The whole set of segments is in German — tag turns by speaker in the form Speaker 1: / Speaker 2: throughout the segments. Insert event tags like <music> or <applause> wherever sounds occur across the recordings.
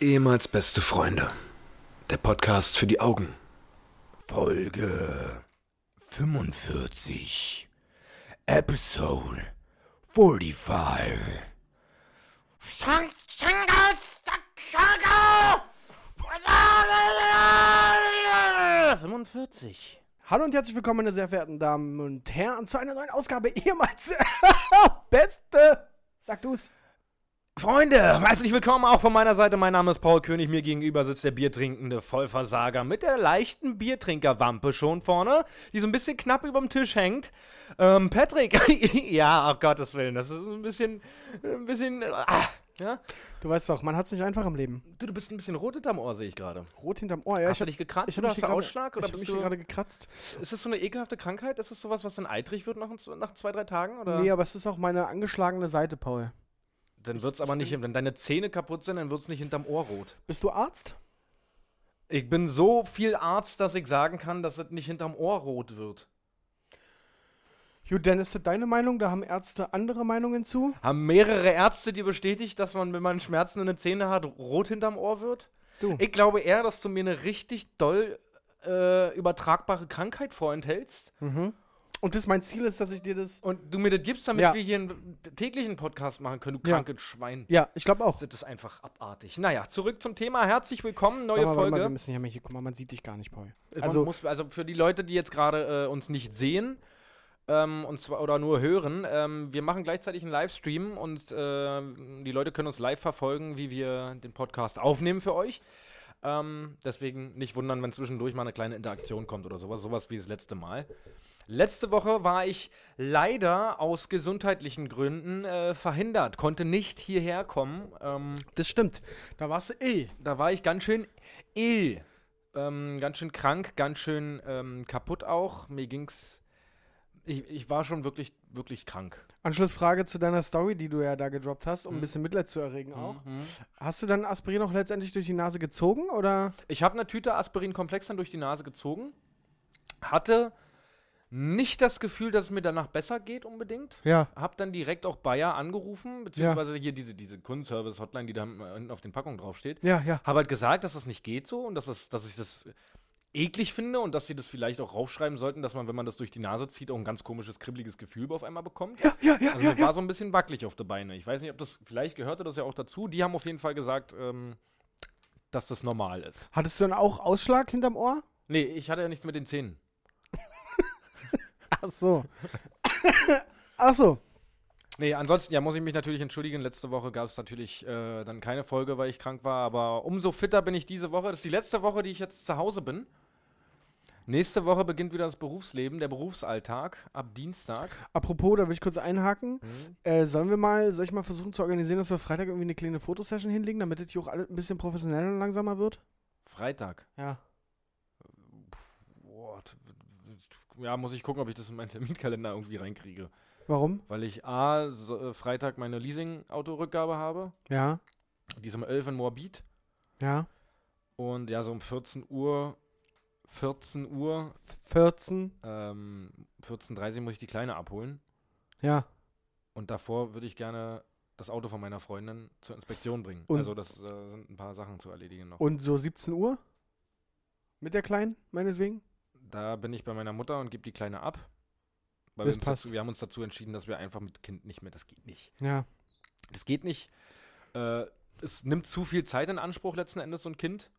Speaker 1: Ehemals beste Freunde. Der Podcast für die Augen.
Speaker 2: Folge 45. Episode 45.
Speaker 3: Hallo und herzlich willkommen, meine sehr verehrten Damen und Herren, zu einer neuen Ausgabe <laughs> ehemals beste. Sag du's.
Speaker 2: Freunde, herzlich willkommen auch von meiner Seite. Mein Name ist Paul König. Mir gegenüber sitzt der biertrinkende Vollversager mit der leichten Biertrinkerwampe schon vorne, die so ein bisschen knapp über dem Tisch hängt. Ähm, Patrick, <laughs> ja, ach Gottes Willen, das ist ein bisschen, ein bisschen, ah, ja.
Speaker 3: Du weißt doch, man hat's nicht einfach im Leben.
Speaker 2: Du, du bist ein bisschen rot hinterm Ohr, sehe ich gerade.
Speaker 3: Rot hinterm Ohr, ja.
Speaker 2: Hast du
Speaker 3: hab-
Speaker 2: dich gekratzt
Speaker 3: hab
Speaker 2: oder
Speaker 3: mich
Speaker 2: hast du
Speaker 3: hier gerade-
Speaker 2: Ausschlag oder
Speaker 3: ich hab
Speaker 2: bist
Speaker 3: mich hier
Speaker 2: du-
Speaker 3: gerade gekratzt.
Speaker 2: Ist das so eine ekelhafte Krankheit? Ist das sowas, was dann eitrig wird nach, nach zwei, drei Tagen? Oder?
Speaker 3: Nee, aber es ist auch meine angeschlagene Seite, Paul.
Speaker 2: Dann wird's aber nicht, wenn deine Zähne kaputt sind, dann wird's nicht hinterm Ohr rot.
Speaker 3: Bist du Arzt?
Speaker 2: Ich bin so viel Arzt, dass ich sagen kann, dass es nicht hinterm Ohr rot wird.
Speaker 3: Ju, dann ist das deine Meinung, da haben Ärzte andere Meinungen zu.
Speaker 2: Haben mehrere Ärzte dir bestätigt, dass man, wenn man Schmerzen in den Zähnen hat, rot hinterm Ohr wird?
Speaker 3: Du.
Speaker 2: Ich glaube eher, dass du mir eine richtig doll äh, übertragbare Krankheit vorenthältst
Speaker 3: Mhm. Und das mein Ziel ist, dass ich dir das.
Speaker 2: und du mir das gibst, damit
Speaker 3: Ja.
Speaker 2: wir hier einen täglichen Podcast machen können, du
Speaker 3: Ja.
Speaker 2: krankes Schwein.
Speaker 3: Ja, ich glaube auch.
Speaker 2: Das ist einfach abartig. Naja, zurück zum Thema. Herzlich willkommen, neue
Speaker 3: Sag mal, warte
Speaker 2: Folge.
Speaker 3: Mal, wir müssen hier mal hier, guck mal, man sieht dich gar nicht, Paul.
Speaker 2: Also,
Speaker 3: Also,
Speaker 2: man muss, also für die Leute, die jetzt gerade äh, uns nicht sehen ähm, und zwar, oder nur hören, ähm, wir machen gleichzeitig einen Livestream und äh, die Leute können uns live verfolgen, wie wir den Podcast aufnehmen für euch. Ähm, deswegen nicht wundern, wenn zwischendurch mal eine kleine Interaktion kommt oder sowas, sowas wie das letzte Mal. Letzte Woche war ich leider aus gesundheitlichen Gründen äh, verhindert, konnte nicht hierher kommen. Ähm,
Speaker 3: das stimmt. Da warst du eh.
Speaker 2: da war ich ganz schön ill. Ähm, ganz schön krank, ganz schön ähm, kaputt auch. Mir ging's. Ich, ich war schon wirklich, wirklich krank.
Speaker 3: Anschlussfrage zu deiner Story, die du ja da gedroppt hast, um ein bisschen Mitleid zu erregen auch. Hast du dann Aspirin auch letztendlich durch die Nase gezogen oder?
Speaker 2: Ich habe eine Tüte Aspirin-Komplex dann durch die Nase gezogen. Hatte nicht das Gefühl, dass es mir danach besser geht unbedingt.
Speaker 3: Ja.
Speaker 2: Hab dann direkt auch Bayer angerufen, beziehungsweise hier diese, diese Kundenservice-Hotline, die da hinten auf den Packungen draufsteht.
Speaker 3: Ja, ja.
Speaker 2: habe halt gesagt, dass das nicht geht so und dass, das, dass ich das eklig finde und dass sie das vielleicht auch raufschreiben sollten, dass man, wenn man das durch die Nase zieht, auch ein ganz komisches, kribbeliges Gefühl auf einmal bekommt. Ja, ja, ja. Also mir war so ein bisschen wackelig auf der Beine. Ich weiß nicht, ob das, vielleicht gehörte das ja auch dazu. Die haben auf jeden Fall gesagt, ähm, dass das normal ist.
Speaker 3: Hattest du dann auch Ausschlag hinterm Ohr?
Speaker 2: Nee, ich hatte ja nichts mit den Zähnen.
Speaker 3: Ach so. <laughs> Ach so.
Speaker 2: Nee, ansonsten, ja, muss ich mich natürlich entschuldigen. Letzte Woche gab es natürlich äh, dann keine Folge, weil ich krank war. Aber umso fitter bin ich diese Woche. Das ist die letzte Woche, die ich jetzt zu Hause bin. Nächste Woche beginnt wieder das Berufsleben, der Berufsalltag ab Dienstag.
Speaker 3: Apropos, da will ich kurz einhaken. Äh, sollen wir mal, soll ich mal versuchen zu organisieren, dass wir Freitag irgendwie eine kleine Fotosession hinlegen, damit das hier auch alles ein bisschen professioneller und langsamer wird?
Speaker 2: Freitag.
Speaker 3: Ja.
Speaker 2: Boah, t- ja, muss ich gucken, ob ich das in meinen Terminkalender irgendwie reinkriege.
Speaker 3: Warum?
Speaker 2: Weil ich A, so, äh, Freitag meine Leasing-Autorückgabe habe.
Speaker 3: Ja.
Speaker 2: Die ist um 11 in Moabit.
Speaker 3: Ja.
Speaker 2: Und ja, so um 14 Uhr, 14 Uhr,
Speaker 3: 14.
Speaker 2: ähm, 14.30 Uhr muss ich die Kleine abholen.
Speaker 3: Ja.
Speaker 2: Und davor würde ich gerne das Auto von meiner Freundin zur Inspektion bringen.
Speaker 3: Und-
Speaker 2: also das äh, sind ein paar Sachen zu erledigen noch.
Speaker 3: Und so 17 Uhr? Mit der Kleinen, meinetwegen?
Speaker 2: Da bin ich bei meiner Mutter und gebe die Kleine ab. Weil
Speaker 3: Das
Speaker 2: wir, uns
Speaker 3: passt.
Speaker 2: Dazu, wir haben uns dazu entschieden, dass wir einfach mit Kind nicht mehr, das geht nicht.
Speaker 3: Ja.
Speaker 2: Das geht nicht. Äh, es nimmt zu viel Zeit in Anspruch letzten Endes, so ein Kind.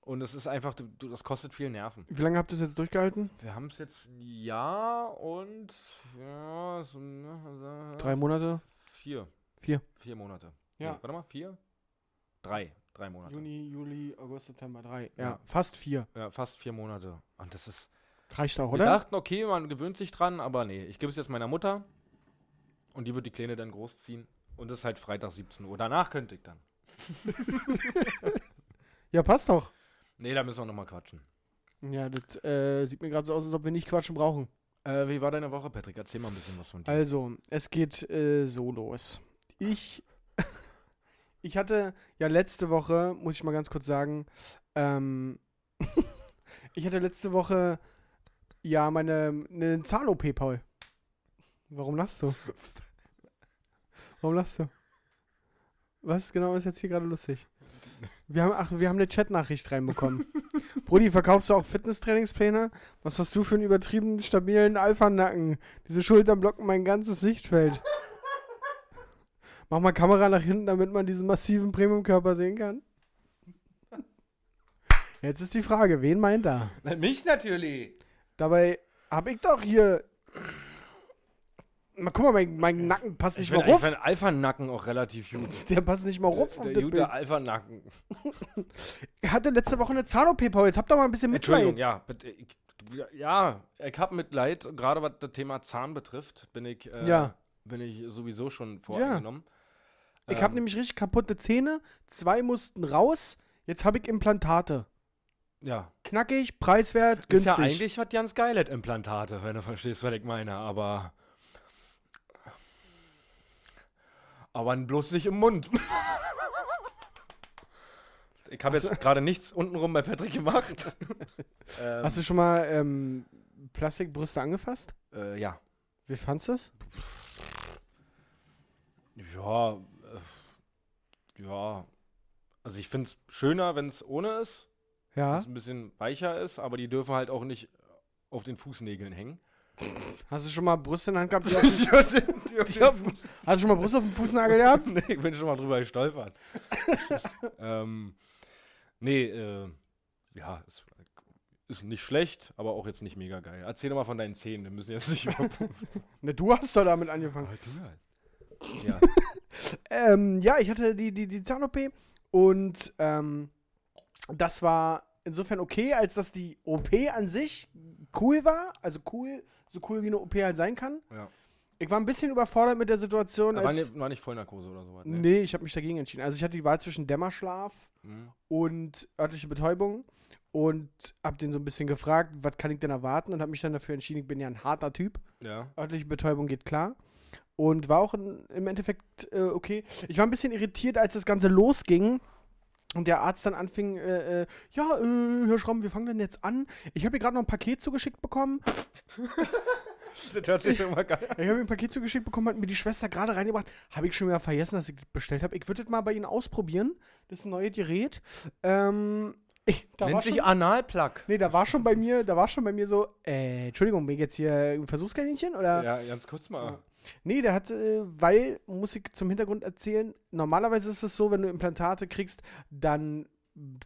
Speaker 2: Und es ist einfach, du, du, das kostet viel Nerven.
Speaker 3: Wie lange habt ihr das jetzt durchgehalten?
Speaker 2: Wir haben es jetzt ein Jahr und ja, so, ne,
Speaker 3: Drei Monate?
Speaker 2: vier.
Speaker 3: Vier.
Speaker 2: Vier Monate.
Speaker 3: Ja.
Speaker 2: Nee, warte mal, vier? Drei. Drei Monate.
Speaker 3: Juni, Juli, August, September, drei. Ja,
Speaker 2: Ja.
Speaker 3: fast vier.
Speaker 2: Ja, fast vier Monate. Und das ist.
Speaker 3: Reicht auch,
Speaker 2: Wir
Speaker 3: oder?
Speaker 2: dachten, okay, man gewöhnt sich dran, aber nee, ich gebe es jetzt meiner Mutter und die wird die Kleine dann großziehen. Und das ist halt Freitag 17 Uhr. Danach könnte ich dann.
Speaker 3: <laughs> Ja, passt doch.
Speaker 2: Nee, da müssen wir nochmal quatschen.
Speaker 3: Ja, das äh, sieht mir gerade so aus, als ob wir nicht quatschen brauchen.
Speaker 2: Äh, wie war deine Woche, Patrick? Erzähl mal ein bisschen was von dir.
Speaker 3: Also, es geht äh, so los. Ich, <laughs> ich hatte ja letzte Woche, muss ich mal ganz kurz sagen, ähm, <laughs> ich hatte letzte Woche ja meine eine Zahn-OP, Paul. Warum lachst du? Warum lachst du? Was genau ist jetzt hier gerade lustig? Wir haben, ach, wir haben eine Chatnachricht
Speaker 2: <laughs>
Speaker 3: reinbekommen. Brudi, verkaufst du auch Fitnesstrainingspläne? Was hast du für einen übertrieben stabilen Alpha-Nacken? Diese Schultern blocken mein ganzes Sichtfeld. Mach mal Kamera nach hinten, damit man diesen massiven Premiumkörper sehen kann. Jetzt ist die Frage, wen meint er?
Speaker 2: Na, Mich natürlich.
Speaker 3: Dabei habe ich doch hier. Mal, guck mal, mein, mein Nacken passt nicht
Speaker 2: Ich
Speaker 3: mal
Speaker 2: finde
Speaker 3: ruf.
Speaker 2: find Alpha-Nacken auch relativ gut.
Speaker 3: Der passt nicht mal ruf. auf
Speaker 2: Der
Speaker 3: das Bild.
Speaker 2: gute Alpha-Nacken.
Speaker 3: Ich hatte letzte Woche eine Zahn-OP, Paul. Jetzt habt doch mal ein bisschen Mitleid.
Speaker 2: Entschuldigung, ja. bitte, Ich, ja, ich habe Mitleid. Gerade was das Thema Zahn betrifft, bin ich, äh,
Speaker 3: Ja.
Speaker 2: bin ich sowieso schon voreingenommen. ähm.
Speaker 3: Ich habe nämlich richtig kaputte Zähne. Zwei mussten raus. Jetzt habe ich Implantate.
Speaker 2: Ja,
Speaker 3: Knackig, preiswert,
Speaker 2: ist ja
Speaker 3: günstig.
Speaker 2: eigentlich was ganz Geiles, Implantate, wenn du verstehst, was ich meine, aber. Aber bloß nicht im Mund. <laughs> ich habe jetzt gerade nichts untenrum bei
Speaker 3: <laughs>
Speaker 2: Patrick gemacht. ähm,
Speaker 3: Hast du schon mal ähm, Plastikbrüste angefasst?
Speaker 2: äh, ja.
Speaker 3: Wie fandst du es?
Speaker 2: Ja, äh, ja. Also ich finde es schöner, wenn es ohne ist, wenn
Speaker 3: Ja.
Speaker 2: es ein bisschen weicher ist, aber die dürfen halt auch nicht auf den Fußnägeln <laughs> hängen.
Speaker 3: Hast du schon mal Brüste in der Hand gehabt? die auf-
Speaker 2: Die auf den- die auf den Fuß-
Speaker 3: Hast du schon mal Brüste auf dem Fußnagel gehabt?
Speaker 2: nee, ich bin schon mal drüber gestolpert. <laughs> ähm, nee, äh, ja, ist, ist nicht schlecht, aber auch jetzt nicht mega geil. Erzähl doch mal von deinen Zähnen, wir müssen jetzt <laughs> nicht über...
Speaker 3: Ne, du hast doch damit angefangen.
Speaker 2: halt. ja.
Speaker 3: Ähm, ja, ich hatte die, die, die Zahn-OP und ähm, das war insofern okay, als dass die OP an sich cool war. Also cool, so cool wie eine OP halt sein kann.
Speaker 2: Ja.
Speaker 3: Ich war ein bisschen überfordert mit der Situation.
Speaker 2: War,
Speaker 3: Als,
Speaker 2: ne, war nicht Vollnarkose oder sowas.
Speaker 3: nee. ich habe mich dagegen entschieden. Also ich hatte die Wahl zwischen Dämmerschlaf
Speaker 2: Mhm.
Speaker 3: und örtliche Betäubung und habe den so ein bisschen gefragt, was kann ich denn erwarten und habe mich dann dafür entschieden, ich bin ja ein harter Typ
Speaker 2: Ja.
Speaker 3: örtliche Betäubung geht klar. Und war auch in, im Endeffekt äh, okay. Ich war ein bisschen irritiert, als das Ganze losging. Und der Arzt dann anfing, äh, äh, ja, äh, Herr Schramm, wir fangen dann jetzt an. Ich habe hier gerade noch ein Paket zugeschickt bekommen.
Speaker 2: Das hört sich immer geil
Speaker 3: Ich habe ihm ein Paket zugeschickt bekommen, hat mir die Schwester gerade reingebracht. Habe ich schon wieder vergessen, dass ich das bestellt habe. Ich würde das mal bei Ihnen ausprobieren. Das ist ein neues Gerät. Ähm, ich, da war
Speaker 2: Nennt
Speaker 3: schon-
Speaker 2: sich Analplug.
Speaker 3: Nee, da war schon bei mir, da war schon bei mir so, äh, Entschuldigung, bin ich jetzt hier ein Versuchskaninchen? Oder?
Speaker 2: Ja, ganz kurz mal.
Speaker 3: Nee, der hat, äh, weil, muss ich zum Hintergrund erzählen, normalerweise ist es so, wenn du Implantate kriegst, dann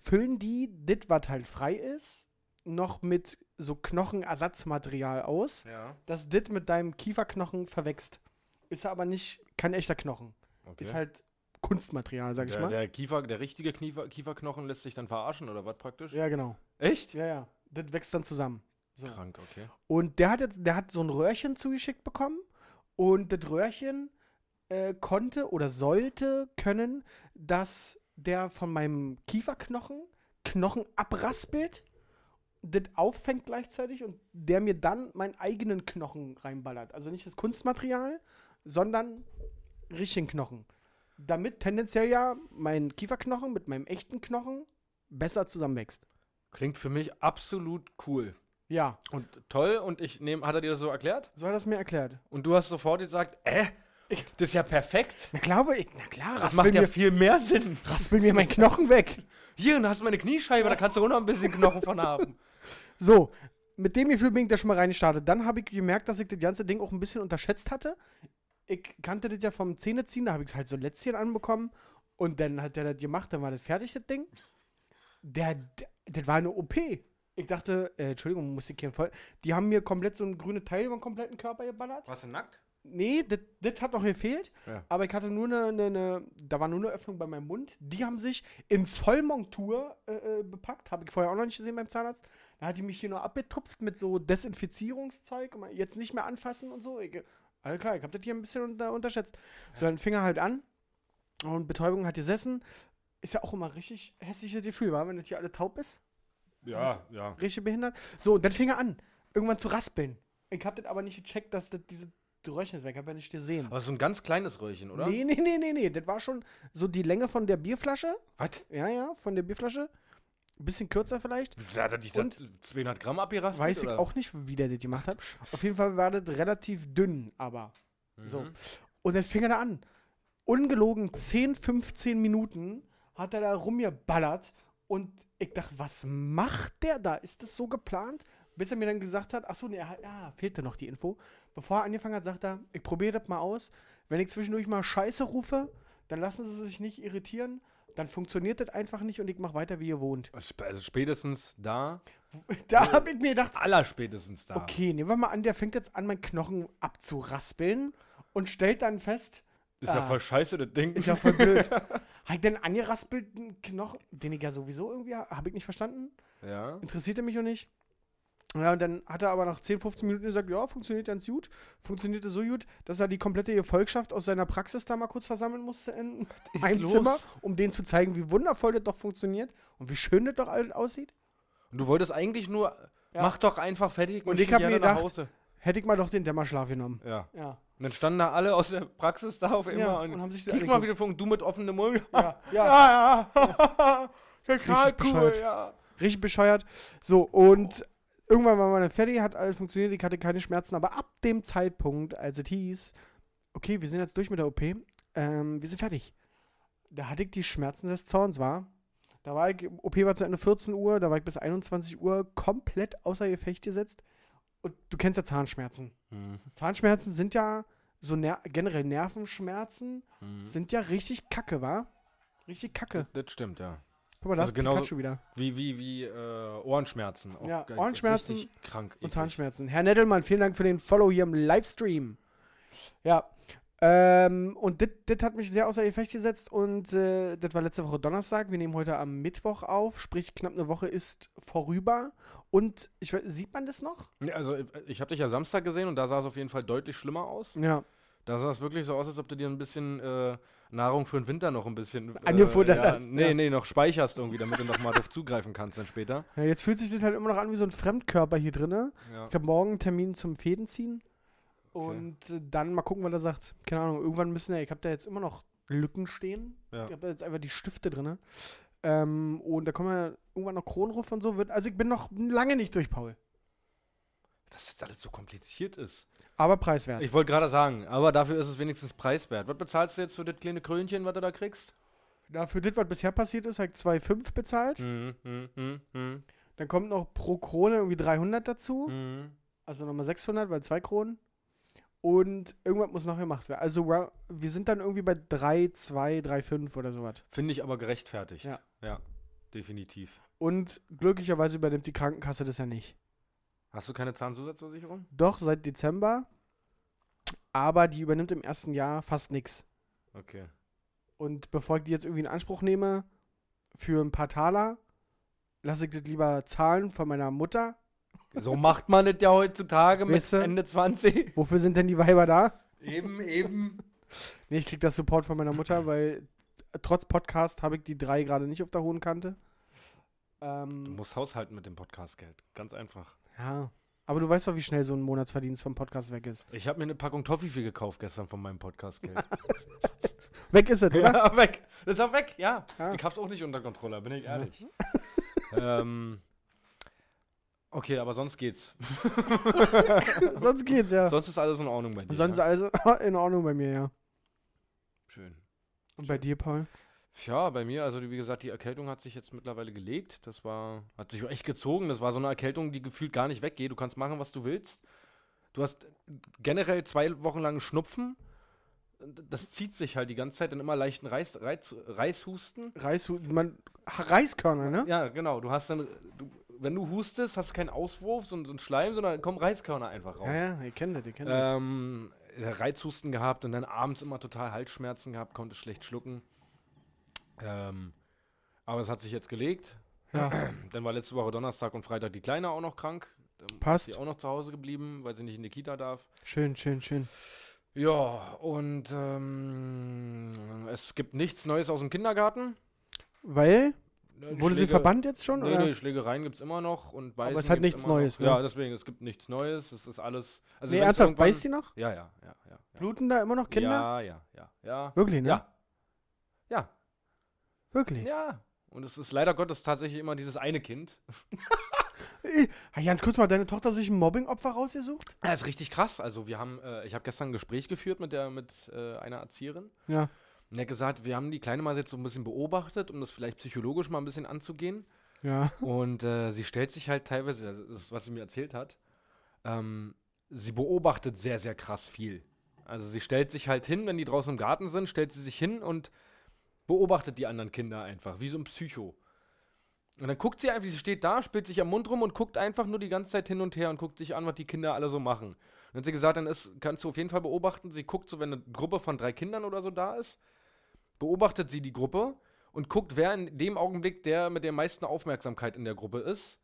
Speaker 3: füllen die das, was halt frei ist, noch mit so Knochenersatzmaterial aus,
Speaker 2: Ja.
Speaker 3: dass das mit deinem Kieferknochen verwächst. Ist aber nicht kein echter Knochen.
Speaker 2: Okay.
Speaker 3: Ist halt Kunstmaterial, sag ich
Speaker 2: der,
Speaker 3: mal.
Speaker 2: Der, Kiefer, der richtige Kniefer, Kieferknochen lässt sich dann verarschen oder was praktisch?
Speaker 3: Ja, genau.
Speaker 2: Echt?
Speaker 3: Ja, ja. Das wächst dann zusammen. So.
Speaker 2: Krank, okay.
Speaker 3: Und der hat jetzt, der hat so ein Röhrchen zugeschickt bekommen und das Röhrchen äh, konnte oder sollte können, dass der von meinem Kieferknochen Knochen abraspelt, das auffängt gleichzeitig und der mir dann meinen eigenen Knochen reinballert. Also nicht das Kunstmaterial, sondern richtigen Knochen. Damit tendenziell ja mein Kieferknochen mit meinem echten Knochen besser zusammenwächst.
Speaker 2: Klingt für mich absolut cool.
Speaker 3: Ja,
Speaker 2: Und toll, und ich nehme, hat er dir das so erklärt?
Speaker 3: so hat er es mir erklärt.
Speaker 2: Und du hast sofort gesagt, äh, das ist ja perfekt.
Speaker 3: Na klar, weil ich, na klar,
Speaker 2: Das
Speaker 3: raspel
Speaker 2: macht ja
Speaker 3: mir-
Speaker 2: viel mehr Sinn.
Speaker 3: raspel mir mein Knochen weg.
Speaker 2: Hier, da hast du meine Kniescheibe, da kannst du auch noch ein bisschen Knochen von haben.
Speaker 3: So, mit dem Gefühl bin ich da schon mal reingestartet. Dann habe ich gemerkt, dass ich das ganze Ding auch ein bisschen unterschätzt hatte. Ich kannte das ja vom Zähneziehen, da habe ich halt so ein Lätzchen anbekommen. Und dann hat der das gemacht, dann war das fertig, das Ding. Der, der, das war eine OP. Ich dachte, äh, Entschuldigung, muss ich hier voll. Die haben mir komplett so ein grünes Teil über den kompletten Körper geballert.
Speaker 2: <laughs> Warst du nackt?
Speaker 3: Nee, das- das hat noch gefehlt.
Speaker 2: Ja.
Speaker 3: Aber ich hatte nur eine, eine, eine, da war nur eine Öffnung bei meinem Mund. Die haben sich in Vollmontur äh, äh, bepackt. Habe ich vorher auch noch nicht gesehen beim Zahnarzt. Da hat die mich hier nur abgetupft mit so Desinfizierungszeug. Und Jetzt nicht mehr anfassen und so. Ich, alles klar, ich habe das hier ein bisschen unter, unterschätzt. So, dann fing er halt an. Und Betäubung hat gesessen. Ist ja auch immer richtig hässliches Gefühl, war, wenn das hier alle taub ist
Speaker 2: Ja, ja.
Speaker 3: richtig behindert. So, und dann fing er an, irgendwann zu raspeln. Ich hab das aber nicht gecheckt, dass das diese Röhrchen ist weg. Ich hab ja nicht gesehen.
Speaker 2: Aber so ein ganz kleines Röhrchen, oder?
Speaker 3: Nee, nee, nee, nee, nee. Das war schon so die Länge von der Bierflasche.
Speaker 2: Was?
Speaker 3: Ja, ja, von der Bierflasche. bisschen kürzer vielleicht.
Speaker 2: Da hat er dich dann 200 Gramm abgeraspelt?
Speaker 3: Weiß ich
Speaker 2: oder?
Speaker 3: auch nicht, wie der das gemacht hat. Auf jeden Fall war das relativ dünn, aber. So. Und dann fing er da an. Ungelogen 10, 15 Minuten hat er da rumgeballert und ich dachte, was macht der da? Ist das so geplant? Bis er mir dann gesagt hat, achso, nee, er hat- ja, fehlte noch die Info. Bevor er angefangen hat, sagt er, ich probiere das mal aus. Wenn ich zwischendurch mal Scheiße rufe, dann lassen sie sich nicht irritieren. Dann funktioniert das einfach nicht und ich mache weiter, wie ihr wohnt. <laughs>
Speaker 2: Also spätestens da.
Speaker 3: Da habe ich mir gedacht,
Speaker 2: Allerspätestens da.
Speaker 3: Okay, nehmen wir mal an, der fängt jetzt an, meinen Knochen abzuraspeln und stellt dann fest, <laughs>
Speaker 2: Ist ja
Speaker 3: Ah.
Speaker 2: voll scheiße, das Ding.
Speaker 3: ist ja voll blöd. Hat denn angeraspelten Knochen, den ich ja sowieso irgendwie, habe ich nicht verstanden,
Speaker 2: <laughs> ja.
Speaker 3: interessierte mich noch nicht. Ja, und dann hat er aber nach 10, 15 Minuten gesagt, ja, funktioniert ganz gut. Funktionierte so gut, dass er die komplette Gefolgschaft aus seiner Praxis da mal kurz versammeln musste <laughs> in einem
Speaker 2: los?
Speaker 3: Zimmer, um denen zu zeigen, wie wundervoll das doch funktioniert und wie schön das doch alles aussieht.
Speaker 2: Und du wolltest eigentlich nur,
Speaker 3: Ja.
Speaker 2: mach doch einfach fertig
Speaker 3: Und ich hab
Speaker 2: geh
Speaker 3: mir
Speaker 2: gerne nach
Speaker 3: gedacht-
Speaker 2: Hause.
Speaker 3: Hätte ich mal doch den Dämmerschlaf genommen.
Speaker 2: Ja.
Speaker 3: Ja.
Speaker 2: Und dann standen da alle aus der Praxis da auf immer
Speaker 3: Ja,
Speaker 2: und,
Speaker 3: und haben sich so
Speaker 2: guck mal
Speaker 3: angeguckt.
Speaker 2: wieder von du mit offenem Mund.
Speaker 3: Ja, ja.
Speaker 2: <laughs>
Speaker 3: <laughs>
Speaker 2: ja. Total
Speaker 3: Richtig
Speaker 2: cool,
Speaker 3: bescheuert.
Speaker 2: ja.
Speaker 3: Richtig bescheuert. So, und irgendwann war meine fertig, hat alles funktioniert, ich hatte keine Schmerzen, aber ab dem Zeitpunkt, als es hieß, okay, wir sind jetzt durch mit der OP, ähm, wir sind fertig. Da hatte ich die Schmerzen des Zorns, war. Da war ich, OP war zu Ende 14 Uhr, da war ich bis 21 Uhr komplett außer Gefecht gesetzt. Und du kennst ja Zahnschmerzen.
Speaker 2: Mhm.
Speaker 3: Zahnschmerzen sind ja so ner generell Nervenschmerzen,
Speaker 2: Mhm. Also
Speaker 3: sind ja richtig kacke, war. Richtig kacke.
Speaker 2: Das stimmt, ja.
Speaker 3: Guck mal, da
Speaker 2: Also
Speaker 3: ist
Speaker 2: genauso-
Speaker 3: Pikachu wieder.
Speaker 2: Wie, wie, wie äh, Ohrenschmerzen. Auch
Speaker 3: Ja,
Speaker 2: ge-
Speaker 3: Ohrenschmerzen
Speaker 2: richtig krank.
Speaker 3: und
Speaker 2: eklig.
Speaker 3: Zahnschmerzen. Herr Nettelmann, vielen Dank für den Follow hier im Livestream. Ja. Ähm, und das hat mich sehr außer Gefecht gesetzt und äh, das war letzte Woche Donnerstag. Wir nehmen heute am Mittwoch auf, sprich knapp eine Woche ist vorüber. Und ich weiß, sieht man das noch?
Speaker 2: Nee, Also ich- ich habe dich ja Samstag gesehen und da sah es auf jeden Fall deutlich schlimmer aus.
Speaker 3: Ja.
Speaker 2: Da sah es wirklich so aus, als ob du dir ein bisschen äh, Nahrung für den Winter noch ein bisschen äh,
Speaker 3: Angefuttert
Speaker 2: ja,
Speaker 3: hast,
Speaker 2: Nee,
Speaker 3: ja.
Speaker 2: nee, noch speicherst irgendwie, damit du nochmal drauf zugreifen kannst dann später.
Speaker 3: ja. Jetzt fühlt sich das halt immer noch an wie so ein Fremdkörper hier drinne.
Speaker 2: Ja.
Speaker 3: Ich habe morgen einen Termin zum Fädenziehen.
Speaker 2: Okay.
Speaker 3: Und äh, dann mal gucken, was er sagt. Keine Ahnung, irgendwann müssen ja, ich habe da jetzt immer noch Lücken stehen.
Speaker 2: Ja.
Speaker 3: Ich habe da jetzt einfach die Stifte drin. Ähm, und da kommen ja irgendwann noch Kronruff und so. Wird, also ich bin noch lange nicht durch, Paul.
Speaker 2: Dass jetzt alles so kompliziert ist.
Speaker 3: Aber preiswert.
Speaker 2: Ich wollte gerade sagen, aber dafür ist es wenigstens preiswert. Was bezahlst du jetzt für das kleine Krönchen, was du da kriegst?
Speaker 3: Dafür das, was bisher passiert ist, habe ich 2,5 bezahlt.
Speaker 2: Mhm, mhm, mhm, mhm,
Speaker 3: Dann kommt noch pro Krone irgendwie 300 dazu.
Speaker 2: mhm.
Speaker 3: Also nochmal 600, weil zwei Kronen. Und irgendwas muss noch gemacht werden. Also ra- wir sind dann irgendwie bei 3, 2, 3, 5 oder sowas.
Speaker 2: Finde ich aber gerechtfertigt.
Speaker 3: Ja.
Speaker 2: ja, definitiv.
Speaker 3: Und glücklicherweise übernimmt die Krankenkasse das ja nicht.
Speaker 2: Hast du keine Zahnzusatzversicherung?
Speaker 3: Doch, seit Dezember. Aber die übernimmt im ersten Jahr fast nichts.
Speaker 2: Okay.
Speaker 3: Und bevor ich die jetzt irgendwie in Anspruch nehme, für ein paar Taler, lasse ich das lieber zahlen von meiner Mutter.
Speaker 2: So macht man das ja heutzutage mit
Speaker 3: Weißt du?
Speaker 2: Ende 20.
Speaker 3: Wofür sind denn die Weiber da?
Speaker 2: Eben, eben.
Speaker 3: Nee, ich krieg das Support von meiner Mutter, weil trotz Podcast habe ich die drei gerade nicht auf der hohen Kante.
Speaker 2: Du
Speaker 3: Ähm,
Speaker 2: musst haushalten mit dem Podcast-Geld. Ganz einfach.
Speaker 3: ja. Aber du weißt doch, wie schnell so ein Monatsverdienst vom Podcast weg ist.
Speaker 2: Ich habe mir eine Packung Toffifee gekauft gestern von meinem Podcast-Geld.
Speaker 3: <laughs> Weg ist es, oder?
Speaker 2: <laughs> ja, weg. Das ist auch weg, ja.
Speaker 3: Ja.
Speaker 2: Ich hab's auch nicht unter Kontrolle, bin
Speaker 3: <laughs>
Speaker 2: ich ehrlich. ähm, okay, aber
Speaker 3: <laughs>
Speaker 2: sonst geht's.
Speaker 3: Sonst geht's ja.
Speaker 2: Sonst ist alles in Ordnung bei dir. ne?
Speaker 3: Sonst ist
Speaker 2: ja?
Speaker 3: alles <laughs> in Ordnung bei mir, ja.
Speaker 2: Schön.
Speaker 3: Und bei dir, Paul?
Speaker 2: Ja, bei mir, also die- wie gesagt, die Erkältung hat sich jetzt mittlerweile gelegt. Das war, hat sich echt gezogen. Das war so eine Erkältung, die gefühlt gar nicht weggeht. Du kannst machen, was du willst. Du hast generell zwei Wochen lang Schnupfen. Das zieht sich halt die ganze Zeit in immer leichten Reiß, Reiz, Reißhusten.
Speaker 3: Reis, man, Reiskörner, ne?
Speaker 2: Ja, genau. Du hast dann, du, wenn du hustest, hast du keinen Auswurf, so, so einen Schleim, sondern kommen Reiskörner einfach raus.
Speaker 3: Ja, ja, ihr kennt das, ihr kennt das.
Speaker 2: Ähm, Reizhusten gehabt und dann abends immer total Halsschmerzen gehabt, konnte schlecht schlucken. Ähm, aber es hat sich jetzt gelegt. <clears throat>
Speaker 3: Ja.
Speaker 2: Dann war letzte Woche Donnerstag und Freitag die Kleine auch noch krank. Dann
Speaker 3: Passt.
Speaker 2: Ist sie auch noch zu Hause geblieben, weil sie nicht in die Kita darf.
Speaker 3: Schön, schön, schön.
Speaker 2: Ja, und ähm, es gibt nichts Neues aus dem Kindergarten.
Speaker 3: Weil,
Speaker 2: Die
Speaker 3: wurde sie
Speaker 2: Schläge-
Speaker 3: verbannt jetzt schon?
Speaker 2: Äh, Nee,
Speaker 3: oder?
Speaker 2: nee, also Schlägereien gibt es immer noch und Beißen
Speaker 3: es hat
Speaker 2: gibt's
Speaker 3: nichts
Speaker 2: immer noch.
Speaker 3: Neues, ne?
Speaker 2: Ja, deswegen, es gibt nichts Neues. Es ist alles. Also
Speaker 3: nee
Speaker 2: wenn's
Speaker 3: ernsthaft,
Speaker 2: irgendwann-
Speaker 3: beißt die noch?
Speaker 2: Ja, ja, ja, ja. ja.
Speaker 3: Bluten da immer noch Kinder?
Speaker 2: Ja, ja, ja, ja.
Speaker 3: Wirklich, ne?
Speaker 2: Ja. Ja,
Speaker 3: Wirklich.
Speaker 2: ja. Und es ist leider Gottes tatsächlich immer dieses eine Kind.
Speaker 3: Äh, hat Jans, kurz mal, deine Tochter sich ein Mobbingopfer rausgesucht?
Speaker 2: Das ist richtig krass. Also wir haben, äh, ich habe gestern ein Gespräch geführt mit der, mit äh, einer Erzieherin.
Speaker 3: Ja.
Speaker 2: Und Ja, gesagt, wir haben die Kleine mal jetzt so ein bisschen beobachtet, um das vielleicht psychologisch mal ein bisschen anzugehen.
Speaker 3: Ja.
Speaker 2: Und äh, sie stellt sich halt teilweise, also das ist, was sie mir erzählt hat, ähm, sie beobachtet sehr, sehr krass viel. Also sie stellt sich halt hin, wenn die draußen im Garten sind, stellt sie sich hin und beobachtet die anderen Kinder einfach, wie so ein Psycho. Und dann guckt sie einfach, sie steht da, spielt sich am Mund rum und guckt einfach nur die ganze Zeit hin und her und guckt sich an, was die Kinder alle so machen. Und dann hat sie gesagt, dann ist, kannst du auf jeden Fall beobachten, sie guckt so, wenn eine Gruppe von drei Kindern oder so da ist, beobachtet sie die Gruppe und guckt, wer in dem Augenblick der mit der meisten Aufmerksamkeit in der Gruppe ist,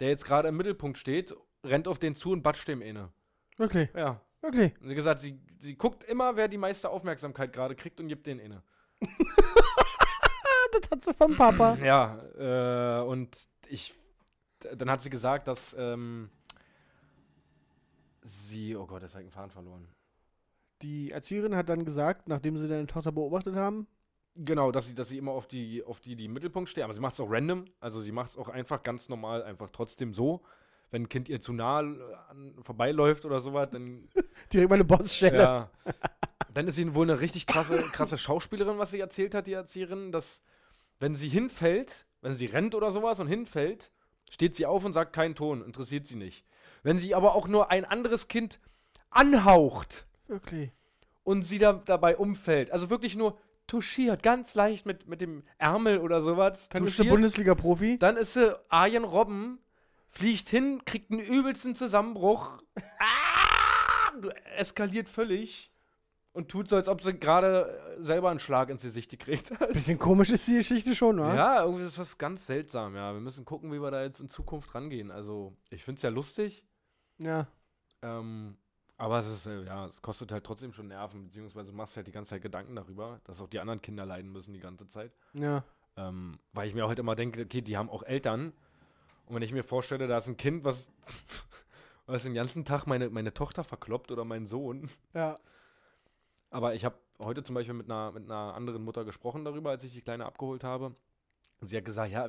Speaker 2: der jetzt gerade im Mittelpunkt steht, rennt auf den zu und batscht dem eine.
Speaker 3: Wirklich,
Speaker 2: Ja.
Speaker 3: wirklich.
Speaker 2: Und Wie gesagt, sie, sie guckt immer, wer die meiste Aufmerksamkeit gerade kriegt und gibt den inne.
Speaker 3: <laughs> Das hat sie vom Papa.
Speaker 2: Ja, äh, und ich. d- Dann hat sie gesagt, dass ähm, sie. Oh Gott, das hat einen Faden verloren.
Speaker 3: Die Erzieherin hat dann gesagt, nachdem sie deine Tochter beobachtet haben,
Speaker 2: Genau, dass sie, dass sie immer auf die, auf die, die im Mittelpunkt steht. Aber sie macht es auch random. Also sie macht es auch einfach ganz normal, einfach trotzdem so. Wenn ein Kind ihr zu nah äh, an, vorbeiläuft oder sowas, dann
Speaker 3: direkt meine Bossstelle.
Speaker 2: Ja. Dann ist sie wohl eine richtig krasse, krasse Schauspielerin, was sie erzählt hat, die Erzieherin, dass wenn sie hinfällt, wenn sie rennt oder sowas und hinfällt, steht sie auf und sagt keinen Ton, interessiert sie nicht. Wenn sie aber auch nur ein anderes Kind anhaucht
Speaker 3: Wirklich.
Speaker 2: und sie da, dabei umfällt, also wirklich nur touchiert, ganz leicht mit, mit dem Ärmel oder sowas,
Speaker 3: Dann ist sie
Speaker 2: touchiert,
Speaker 3: Bundesliga-Profi.
Speaker 2: dann ist sie Arjen Robben, fliegt hin, kriegt einen übelsten Zusammenbruch, ah, eskaliert völlig und tut so, als ob sie gerade äh, selber einen Schlag ins Gesicht gekriegt hat.
Speaker 3: Bisschen komisch ist die Geschichte schon, oder?
Speaker 2: Ja, irgendwie ist das ganz seltsam, ja. Wir müssen gucken, wie wir da jetzt in Zukunft rangehen. Also, ich find's ja lustig,
Speaker 3: ja.
Speaker 2: ähm, aber es ist, äh, ja, es kostet halt trotzdem schon Nerven, beziehungsweise machst halt die ganze Zeit Gedanken darüber, dass auch die anderen Kinder leiden müssen die ganze Zeit.
Speaker 3: Ja.
Speaker 2: Ähm, weil ich mir auch halt immer denke, okay, die haben auch Eltern. Und wenn ich mir vorstelle, da ist ein Kind, was, <laughs> was den ganzen Tag meine, meine Tochter verkloppt oder meinen Sohn.
Speaker 3: Ja.
Speaker 2: Aber ich habe heute zum Beispiel mit einer, mit einer anderen Mutter gesprochen darüber, als ich die Kleine abgeholt habe. Und sie hat gesagt, ja,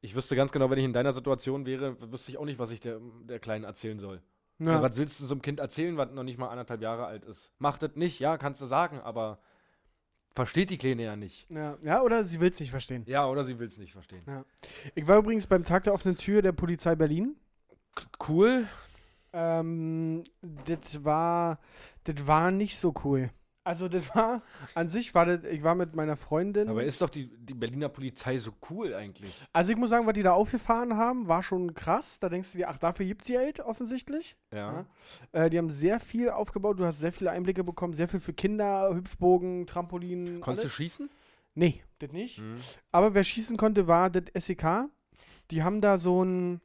Speaker 2: ich wüsste ganz genau, wenn ich in deiner Situation wäre, wüsste ich auch nicht, was ich der, der Kleinen erzählen soll.
Speaker 3: Ja.
Speaker 2: Was willst du so einem Kind erzählen, was noch nicht mal anderthalb Jahre alt ist? Mach das nicht, ja, kannst du sagen, aber versteht die Kleine ja nicht.
Speaker 3: Ja. ja, oder sie will es nicht verstehen.
Speaker 2: Ja, oder sie will es nicht verstehen.
Speaker 3: Ich war übrigens beim Tag der offenen Tür der Polizei Berlin.
Speaker 2: Cool,
Speaker 3: Ähm, das war, das war nicht so cool. Also das war, an sich war das, ich war mit meiner Freundin.
Speaker 2: Aber ist doch die, die Berliner Polizei so cool eigentlich?
Speaker 3: also ich muss sagen, was die da aufgefahren haben, war schon krass. Da denkst du dir, ach, dafür gibt sie Geld offensichtlich.
Speaker 2: Ja.
Speaker 3: Äh, die haben sehr viel aufgebaut, du hast sehr viele Einblicke bekommen, sehr viel für Kinder, Hüpfbogen, Trampolin.
Speaker 2: Konntest du
Speaker 3: alles.
Speaker 2: schießen?
Speaker 3: Nee, das nicht.
Speaker 2: Hm.
Speaker 3: Aber wer schießen konnte, war das SEK. Die haben da so ein.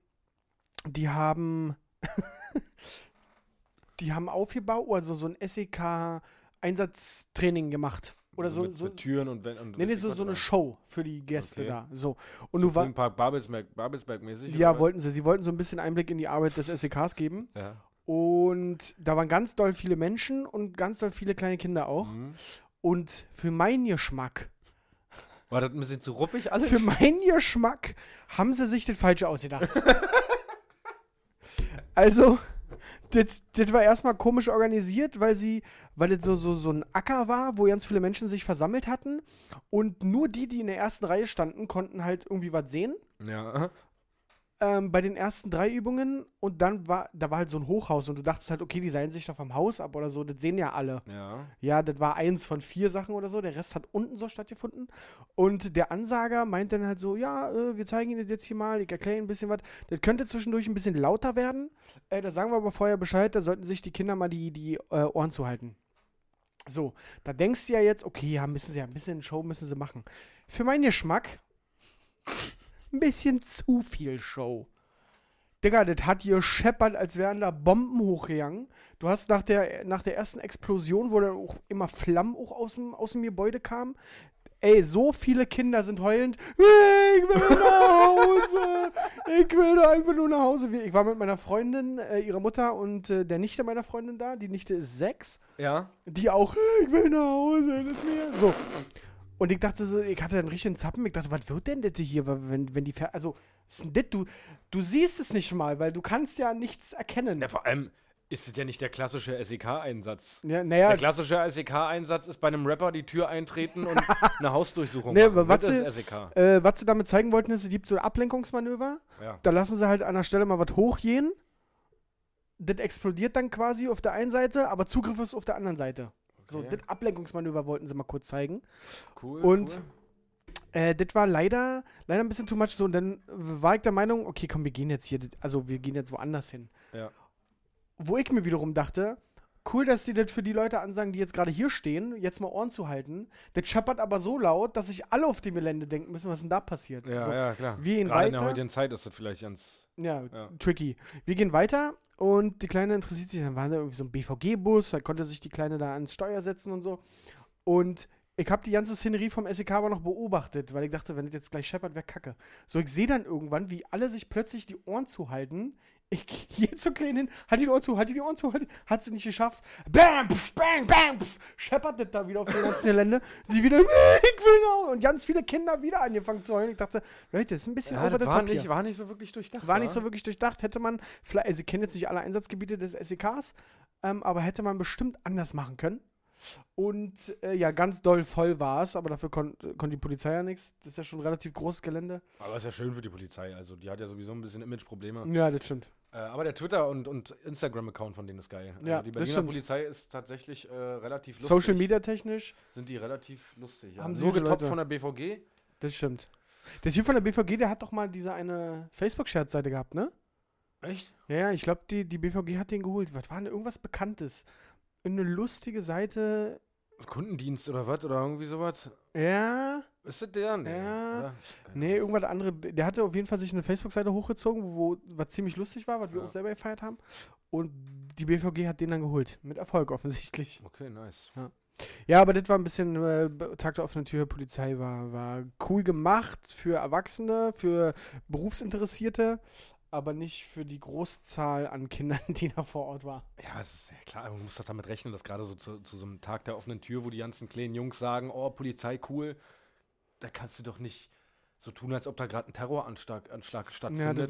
Speaker 3: Die haben. <laughs> die haben aufgebaut, also so ein SEK-Einsatztraining gemacht. Oder so.
Speaker 2: Also mit,
Speaker 3: so
Speaker 2: mit Türen und wenn. Und
Speaker 3: nee, nee, so, so eine Show für die Gäste
Speaker 2: Okay.
Speaker 3: da. So. Und
Speaker 2: Und
Speaker 3: du
Speaker 2: du
Speaker 3: war.
Speaker 2: warst. Park Babelsberg, Babelsberg mäßig?
Speaker 3: Ja,
Speaker 2: oder?
Speaker 3: wollten sie. Sie wollten so ein bisschen Einblick in die Arbeit des SEKs geben.
Speaker 2: Ja.
Speaker 3: Und da waren ganz doll viele Menschen und ganz doll viele kleine Kinder auch.
Speaker 2: Mhm.
Speaker 3: Und für meinen Geschmack
Speaker 2: War das ein bisschen zu ruppig alles?
Speaker 3: Für meinen Geschmack haben sie sich das Falsche ausgedacht. also, das das war erstmal komisch organisiert, weil sie, weil das so, so, so ein Acker war, wo ganz viele Menschen sich versammelt hatten. Und nur die, die in der ersten Reihe standen, konnten halt irgendwie was sehen.
Speaker 2: ja.
Speaker 3: Ähm, bei den ersten drei Übungen und dann war, da war halt so ein Hochhaus und du dachtest halt, okay, die seilen sich doch vom Haus ab oder so, das sehen ja alle.
Speaker 2: Ja.
Speaker 3: Ja, das war eins von vier Sachen oder so. Der Rest hat unten so stattgefunden. Und der Ansager meint dann halt so: Ja, äh, wir zeigen Ihnen das jetzt hier mal. Ich erkläre Ihnen ein bisschen was. Das könnte zwischendurch ein bisschen lauter werden. Äh, da sagen wir aber vorher Bescheid. Da sollten sich die Kinder mal die, die äh, Ohren zuhalten. So, da denkst du ja jetzt: Okay, ja, müssen sie ja ein bisschen Show müssen sie machen. Für meinen Geschmack <laughs> ein bisschen zu viel Show. Digga, das hat hier scheppert, als wären da Bomben hochgegangen. Du hast nach der, nach der ersten Explosion, wo dann auch immer Flammen auch aus dem, aus dem Gebäude kamen. Ey, so viele Kinder sind heulend. Ich will nach Hause. Ich will doch einfach nur nach Hause. Wir- Ich war mit meiner Freundin, äh, ihrer Mutter und äh, der Nichte meiner Freundin da. Die Nichte ist sechs
Speaker 2: Ja.
Speaker 3: die auch, ich will nach Hause, das mir. So. Und ich dachte so, ich hatte einen richtigen Zappen. Ich dachte, was wird denn das hier, wenn, wenn die Fer Also, was ist denn das? Du, du siehst es nicht mal, weil du kannst ja nichts erkennen.
Speaker 2: Ja, vor allem, Ist es ja nicht der klassische E SEK-Einsatz.
Speaker 3: Ja,
Speaker 2: Der
Speaker 3: naja,
Speaker 2: klassische SEK-Einsatz ist bei einem Rapper die Tür
Speaker 3: <laughs>
Speaker 2: eintreten und eine Hausdurchsuchung
Speaker 3: Nee,
Speaker 2: machen. E
Speaker 3: aber
Speaker 2: Das
Speaker 3: Watze-
Speaker 2: ist SEK.
Speaker 3: äh, was sie damit zeigen wollten, ist, es gibt so ein Ablenkungsmanöver.
Speaker 2: Ja.
Speaker 3: Da lassen sie halt an der Stelle mal was hochgehen. Das explodiert dann quasi auf der einen Seite, aber Zugriff ist auf der anderen Seite. So,
Speaker 2: Okay.
Speaker 3: das Ablenkungsmanöver wollten sie mal kurz zeigen.
Speaker 2: Cool,
Speaker 3: und-
Speaker 2: cool.
Speaker 3: Äh, das war leider, leider ein bisschen too much. So, und dann war ich der Meinung, okay, komm, wir gehen jetzt hier, dit- also wir gehen jetzt woanders hin.
Speaker 2: Ja.
Speaker 3: Wo ich mir wiederum dachte, cool, dass die das für die Leute ansagen, die jetzt gerade hier stehen, jetzt mal Ohren zu halten. Das scheppert aber so laut, dass sich alle auf dem Gelände denken müssen, was denn da passiert.
Speaker 2: Ja,
Speaker 3: so,
Speaker 2: ja, klar.
Speaker 3: wir gehen
Speaker 2: Gerade in der
Speaker 3: weiter.
Speaker 2: heutigen Zeit ist das vielleicht ganz.
Speaker 3: ja,
Speaker 2: Ja.
Speaker 3: tricky. Wir gehen weiter und die Kleine interessiert sich, dann war da irgendwie so ein BVG-Bus, da konnte sich die Kleine da ans Steuer setzen und so. Und ich habe die ganze Szenerie vom SEK aber noch beobachtet, weil ich dachte, wenn das jetzt gleich scheppert, wäre kacke. So, ich sehe dann irgendwann, wie alle sich plötzlich die Ohren zuhalten. Ich <laughs> gehe zur Kleinen hin, halt die Ohren zu, halt die Ohren zu, halt die, hat sie nicht geschafft. Bam, pf, bang, bam, pf, scheppert das da wieder auf dem ganzen Gelände. Die wieder, <laughs> ich will noch. Und ganz viele Kinder wieder angefangen zu heulen. Ich dachte, Leute, das ist ein bisschen
Speaker 2: Ja,
Speaker 3: over the
Speaker 2: das war,
Speaker 3: top hier.
Speaker 2: nicht, war nicht so wirklich durchdacht.
Speaker 3: War nicht
Speaker 2: wa?
Speaker 3: so wirklich durchdacht. Hätte man, vielleicht, also ich kenne jetzt nicht alle Einsatzgebiete des SEKs, ähm, aber hätte man bestimmt anders machen können. Und äh, ja, ganz doll voll war es, aber dafür kon konnte die Polizei ja nichts. Das ist ja schon ein relativ großes Gelände.
Speaker 2: Aber ist ja schön für die Polizei. Also, die hat ja sowieso ein bisschen Imageprobleme.
Speaker 3: Ja, das stimmt.
Speaker 2: Äh, aber der Twitter- und, und Instagram-Account von denen ist geil. Also
Speaker 3: Ja,
Speaker 2: die
Speaker 3: das
Speaker 2: Berliner
Speaker 3: stimmt.
Speaker 2: Polizei ist tatsächlich äh, relativ lustig.
Speaker 3: Social Media technisch,
Speaker 2: Sind die relativ lustig. Ja.
Speaker 3: Haben sie
Speaker 2: Nur
Speaker 3: gute
Speaker 2: getoppt
Speaker 3: Leute.
Speaker 2: von der BVG.
Speaker 3: das stimmt. Der Typ von der BVG, der hat doch mal diese eine Facebook-Scherzseite gehabt, ne?
Speaker 2: Echt?
Speaker 3: Ja, ja, ich glaube, die, die BVG hat den geholt. Was war denn irgendwas Bekanntes? Eine lustige Seite.
Speaker 2: Kundendienst oder was? Oder irgendwie sowas?
Speaker 3: Ja.
Speaker 2: Ist das der? Nee.
Speaker 3: Ja.
Speaker 2: oder?
Speaker 3: Nee, irgendwas andere. Der hatte auf jeden Fall sich eine Facebook-Seite hochgezogen, wo was ziemlich lustig war, was wir
Speaker 2: Ja.
Speaker 3: auch selber gefeiert haben. Und die BVG hat den dann geholt. Mit Erfolg offensichtlich.
Speaker 2: Okay, nice.
Speaker 3: Ja, aber das war ein bisschen äh, Be- Tag der offenen Tür. Polizei war, war cool gemacht für Erwachsene, für Berufsinteressierte, aber nicht für die Großzahl an Kindern, <laughs> die da vor Ort war.
Speaker 2: Ja, es ist ja klar, man muss doch damit rechnen, dass gerade so zu, zu so einem Tag der offenen Tür, wo die ganzen kleinen Jungs sagen, oh, Polizei, cool, da kannst du doch nicht so tun, als ob da gerade ein Terroranschlag Anschlag
Speaker 3: Ja,
Speaker 2: stattfindet.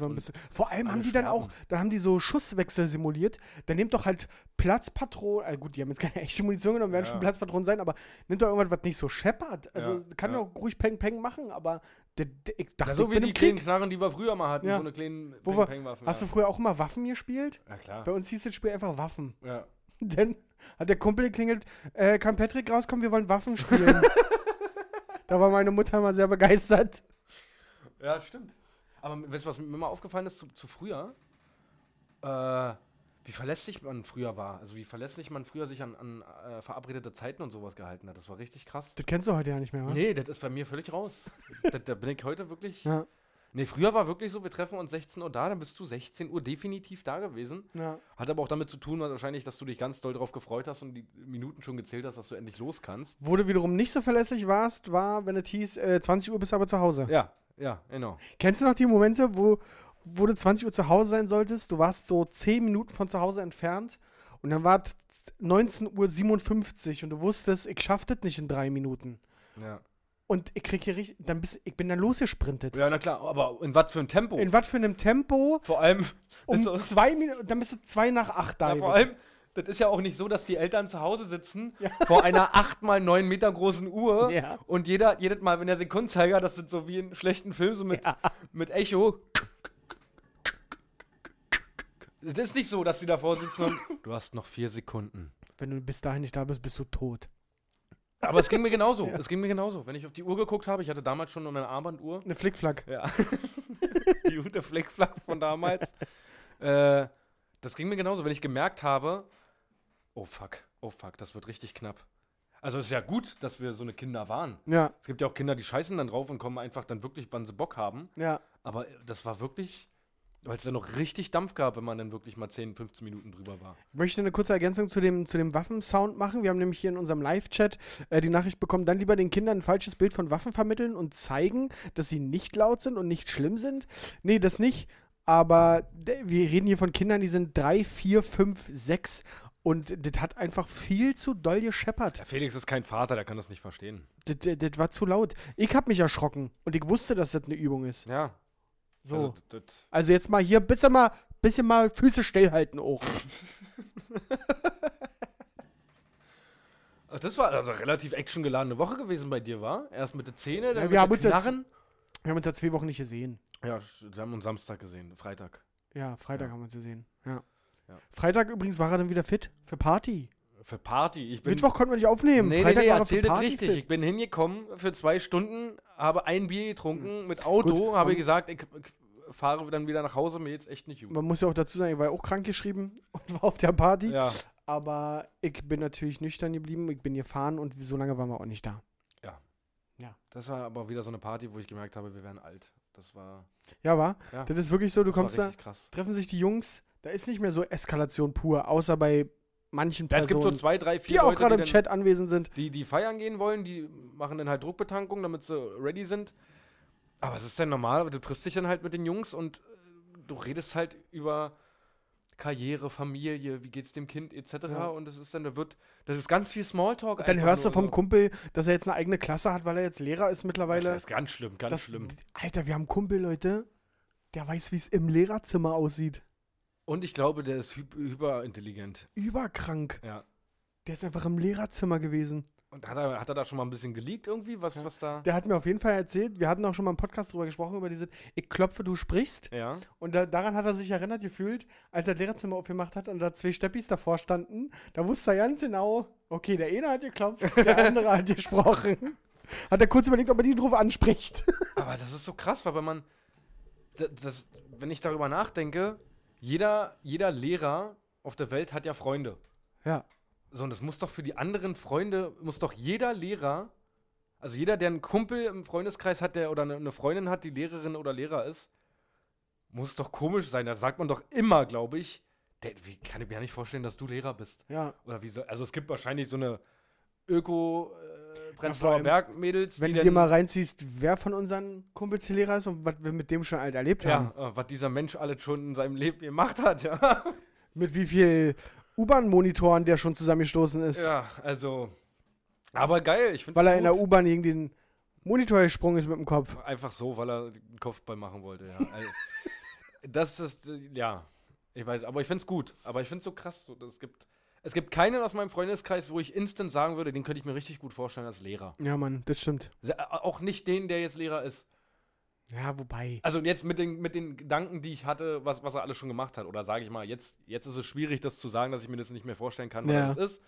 Speaker 3: das war ein
Speaker 2: und-
Speaker 3: bisschen. Vor allem
Speaker 2: alle
Speaker 3: haben die dann auch,
Speaker 2: sterben.
Speaker 3: dann haben die so Schusswechsel simuliert. Dann nehmt doch halt Platzpatronen. Äh, gut, die haben jetzt keine echte Munition genommen, werden
Speaker 2: Ja.
Speaker 3: schon Platzpatronen sein, aber nimmt doch irgendwas, was nicht so scheppert. Also
Speaker 2: Ja,
Speaker 3: kann
Speaker 2: ja.
Speaker 3: doch ruhig Peng Peng machen, aber der, der, ich dachte,
Speaker 2: Na, so
Speaker 3: ich
Speaker 2: wie
Speaker 3: bin
Speaker 2: die
Speaker 3: im
Speaker 2: kleinen
Speaker 3: Krieg.
Speaker 2: Knarren, die wir früher mal hatten,
Speaker 3: Ja.
Speaker 2: so eine kleinen
Speaker 3: Wo wir-
Speaker 2: Peng-Peng-Waffen.
Speaker 3: Hast du
Speaker 2: ja.
Speaker 3: früher auch immer Waffen gespielt?
Speaker 2: ja, klar.
Speaker 3: Bei uns hieß das Spiel einfach Waffen. <laughs>
Speaker 2: Ja.
Speaker 3: Denn hat der Kumpel geklingelt, äh, kann Patrick rauskommen, wir wollen Waffen
Speaker 2: <laughs>
Speaker 3: spielen. da war meine Mutter mal sehr begeistert.
Speaker 2: ja, stimmt. Aber weißt du, was mir mal aufgefallen ist zu, zu früher? Äh, wie verlässlich man früher war. Also wie verlässlich man früher sich an, an äh, verabredete Zeiten und sowas gehalten hat. Das war richtig krass.
Speaker 3: Das kennst du heute ja nicht mehr, wa?
Speaker 2: Nee, das ist bei mir völlig raus. da, da bin ich heute wirklich.
Speaker 3: Hm? Ja.
Speaker 2: Nee, früher war wirklich so, wir treffen uns 16 Uhr da, dann bist du 16 Uhr definitiv da gewesen.
Speaker 3: Ja.
Speaker 2: Hat aber auch damit zu tun, wahrscheinlich, dass du dich ganz doll drauf gefreut hast und die Minuten schon gezählt hast, dass du endlich los kannst.
Speaker 3: Wo du wiederum nicht so verlässlich warst, war, wenn es hieß, äh, 20 Uhr bist du aber zu Hause.
Speaker 2: Ja, ja, genau.
Speaker 3: Kennst du noch die Momente, wo, wo du 20 Uhr zu Hause sein solltest? Du warst so 10 Minuten von zu Hause entfernt und dann war es 19.57 Uhr und du wusstest, ich schaff das nicht in drei Minuten.
Speaker 2: Ja.
Speaker 3: Und ich krieg hier richtig, dann bist, ich bin dann losgesprintet.
Speaker 2: ja, na klar, aber in was für ein Tempo?
Speaker 3: In was für einem Tempo?
Speaker 2: vor allem.
Speaker 3: Um
Speaker 2: das <laughs> ist,
Speaker 3: zwei Minuten, dann bist du zwei nach acht da.
Speaker 2: ja, vor
Speaker 3: gewesen.
Speaker 2: allem. Das ist ja auch nicht so, dass die Eltern zu Hause sitzen vor einer 8 mal 9 Meter großen Uhr
Speaker 3: Ja.
Speaker 2: und jeder, jedes Mal, wenn der Sekundenzeiger, das sind so wie in schlechten Filmen, so mit, mit Echo, Es ist nicht so, dass die davor sitzen und. Du hast noch vier Sekunden.
Speaker 3: Wenn du bis dahin nicht da bist, bist du tot.
Speaker 2: Aber es ging mir genauso. Es ging mir genauso. Wenn ich auf die Uhr geguckt habe, ich hatte damals schon meine Armbanduhr.
Speaker 3: Eine Flickflack.
Speaker 2: Ja. <laughs> die gute Fleckflack von <laughs> damals. äh, das ging mir genauso, wenn ich gemerkt habe, oh fuck, oh fuck, das wird richtig knapp. Also ist ja gut, dass wir so eine Kinder waren.
Speaker 3: Ja,
Speaker 2: Es gibt ja auch Kinder, die scheißen dann drauf und kommen einfach dann wirklich, wann sie Bock haben.
Speaker 3: ja.
Speaker 2: Aber das war wirklich, weil es dann noch richtig Dampf gab, wenn man dann wirklich mal 10, 15 Minuten drüber war.
Speaker 3: Ich möchte eine kurze Ergänzung zu dem, zu dem Waffensound machen. Wir haben nämlich hier in unserem Live-Chat äh, die Nachricht bekommen, dann lieber den Kindern ein falsches Bild von Waffen vermitteln und zeigen, dass sie nicht laut sind und nicht schlimm sind. Nee, das nicht. Aber de- wir reden hier von Kindern, die sind drei, vier, fünf, sechs. Und das hat einfach viel zu doll gescheppert.
Speaker 2: Der Felix ist kein Vater, der kann das nicht verstehen.
Speaker 3: Das, das, das war zu laut. Ich hab mich erschrocken und ich wusste, dass das eine Übung ist.
Speaker 2: Ja.
Speaker 3: So.
Speaker 2: Also,
Speaker 3: Also,
Speaker 2: d- das,
Speaker 3: jetzt mal hier, bitte mal, bisschen mal Füße stillhalten auch.
Speaker 2: also das war also eine relativ actiongeladene Woche gewesen bei dir, war? Erst mit der Zähne, dann
Speaker 3: Ja, wir
Speaker 2: mit der
Speaker 3: haben uns jetzt-
Speaker 2: Knarren.
Speaker 3: Wir haben uns ja zwei Wochen nicht gesehen.
Speaker 2: Ja, wir haben uns Samstag gesehen, Freitag.
Speaker 3: Ja, Freitag
Speaker 2: Ja.
Speaker 3: haben wir uns gesehen. Ja.
Speaker 2: Ja.
Speaker 3: Freitag übrigens war er dann wieder fit für Party.
Speaker 2: Für Party. Ich bin
Speaker 3: Mittwoch konnten wir nicht aufnehmen.
Speaker 2: Nee,
Speaker 3: Freitag
Speaker 2: nee, nee,
Speaker 3: war er für
Speaker 2: erzähl das
Speaker 3: Party
Speaker 2: richtig.
Speaker 3: fit.
Speaker 2: Ich bin hingekommen für zwei Stunden, habe ein Bier getrunken mit Auto,
Speaker 3: Hm. Gut,
Speaker 2: habe
Speaker 3: man-
Speaker 2: gesagt, ich, ich fahre dann wieder nach Hause, mir jetzt echt nicht gut.
Speaker 3: Man muss ja auch dazu sagen, ich war ja auch krank geschrieben <laughs> und war auf der Party.
Speaker 2: Ja,
Speaker 3: Aber ich bin natürlich nüchtern geblieben. Ich bin gefahren und so lange waren wir auch nicht da.
Speaker 2: das war aber wieder so eine Party, wo ich gemerkt habe, wir werden alt. Das war,
Speaker 3: Ja, war?
Speaker 2: Ja.
Speaker 3: Das ist wirklich so, du
Speaker 2: das
Speaker 3: kommst
Speaker 2: war
Speaker 3: da,
Speaker 2: richtig krass.
Speaker 3: treffen sich die Jungs, da ist nicht mehr so Eskalation pur, außer bei manchen
Speaker 2: Es gibt
Speaker 3: Personen,
Speaker 2: so zwei, drei, vier
Speaker 3: die auch
Speaker 2: Leute,
Speaker 3: gerade im
Speaker 2: dann-
Speaker 3: Chat anwesend sind.
Speaker 2: die, die feiern gehen wollen, die machen dann halt Druckbetankung, damit sie ready sind. Aber es ist ja normal, aber du triffst dich dann halt mit den Jungs und äh, du redest halt über Karriere, Familie, wie geht's dem Kind etc.
Speaker 3: Ja.
Speaker 2: Und es ist dann, da wird, das ist ganz viel Smalltalk.
Speaker 3: Dann
Speaker 2: einfach
Speaker 3: hörst du
Speaker 2: nur
Speaker 3: vom
Speaker 2: so.
Speaker 3: Kumpel, dass er jetzt eine eigene Klasse hat, weil er jetzt Lehrer ist mittlerweile.
Speaker 2: Das ist ganz schlimm, ganz
Speaker 3: Das-
Speaker 2: schlimm.
Speaker 3: Alter, wir haben einen Kumpel, Leute, der weiß, wie es im Lehrerzimmer aussieht.
Speaker 2: Und ich glaube, der ist hyp- hyperintelligent.
Speaker 3: Überkrank.
Speaker 2: Ja.
Speaker 3: Der ist einfach im Lehrerzimmer gewesen.
Speaker 2: Und hat er, hat er da schon mal ein bisschen geleakt irgendwie? Was,
Speaker 3: Ja.
Speaker 2: was da?
Speaker 3: Der hat mir auf jeden Fall erzählt, wir hatten auch schon mal im Podcast drüber gesprochen, über diese Ich klopfe, du sprichst.
Speaker 2: Ja.
Speaker 3: Und da, daran hat er sich erinnert gefühlt, als er das Lehrerzimmer aufgemacht hat und da zwei Steppis davor standen. Da wusste er ganz genau, okay, der eine hat geklopft,
Speaker 2: <laughs>
Speaker 3: der andere hat gesprochen. Hat er kurz überlegt, ob er die drauf anspricht.
Speaker 2: Aber das ist so krass, weil wenn man, da- das, wenn ich darüber nachdenke, jeder, jeder Lehrer auf der Welt hat ja Freunde.
Speaker 3: Ja.
Speaker 2: So, und das muss doch für die anderen Freunde, muss doch jeder Lehrer, also jeder, der einen Kumpel im Freundeskreis hat, der oder eine eine Freundin hat, die Lehrerin oder Lehrer ist, muss doch komisch sein. Da sagt man doch immer, glaube ich, der, wie kann ich mir ja nicht vorstellen, dass du Lehrer bist.
Speaker 3: Ja.
Speaker 2: Oder wie so, also es gibt wahrscheinlich so eine Öko äh,
Speaker 3: vor
Speaker 2: Prenzlauer
Speaker 3: allem,
Speaker 2: Berg-Mädels,
Speaker 3: Wenn
Speaker 2: die
Speaker 3: du dir
Speaker 2: dann-
Speaker 3: mal reinziehst, wer von unseren Kumpels hier Lehrer ist und was wir mit dem schon alt erlebt haben.
Speaker 2: ja, äh, was dieser Mensch alles schon in seinem Leben gemacht hat,
Speaker 3: <laughs>
Speaker 2: ja.
Speaker 3: Mit wie viel U-Bahn-Monitoren der schon zusammengestoßen ist.
Speaker 2: ja, also. Aber geil, ich finde
Speaker 3: Weil er in der U-Bahn gegen den Monitor gesprungen ist mit dem Kopf.
Speaker 2: Einfach so, weil er den Kopfball machen wollte, ja. Also, <laughs> das ist, äh, ja. Ich weiß, aber ich finde es gut. Aber ich finde es so krass. So, dass es, gibt, es gibt keinen aus meinem Freundeskreis, wo ich instant sagen würde, den könnte ich mir richtig gut vorstellen als Lehrer.
Speaker 3: Ja, Mann, das stimmt.
Speaker 2: Se- äh, Auch nicht den, der jetzt Lehrer ist.
Speaker 3: Ja, wobei.
Speaker 2: Also jetzt mit den, mit den Gedanken, die ich hatte, was, was er alles schon gemacht hat. Oder sage ich mal, jetzt, jetzt ist es schwierig, das zu sagen, dass ich mir das nicht mehr vorstellen kann,
Speaker 3: Ja.
Speaker 2: was das ist.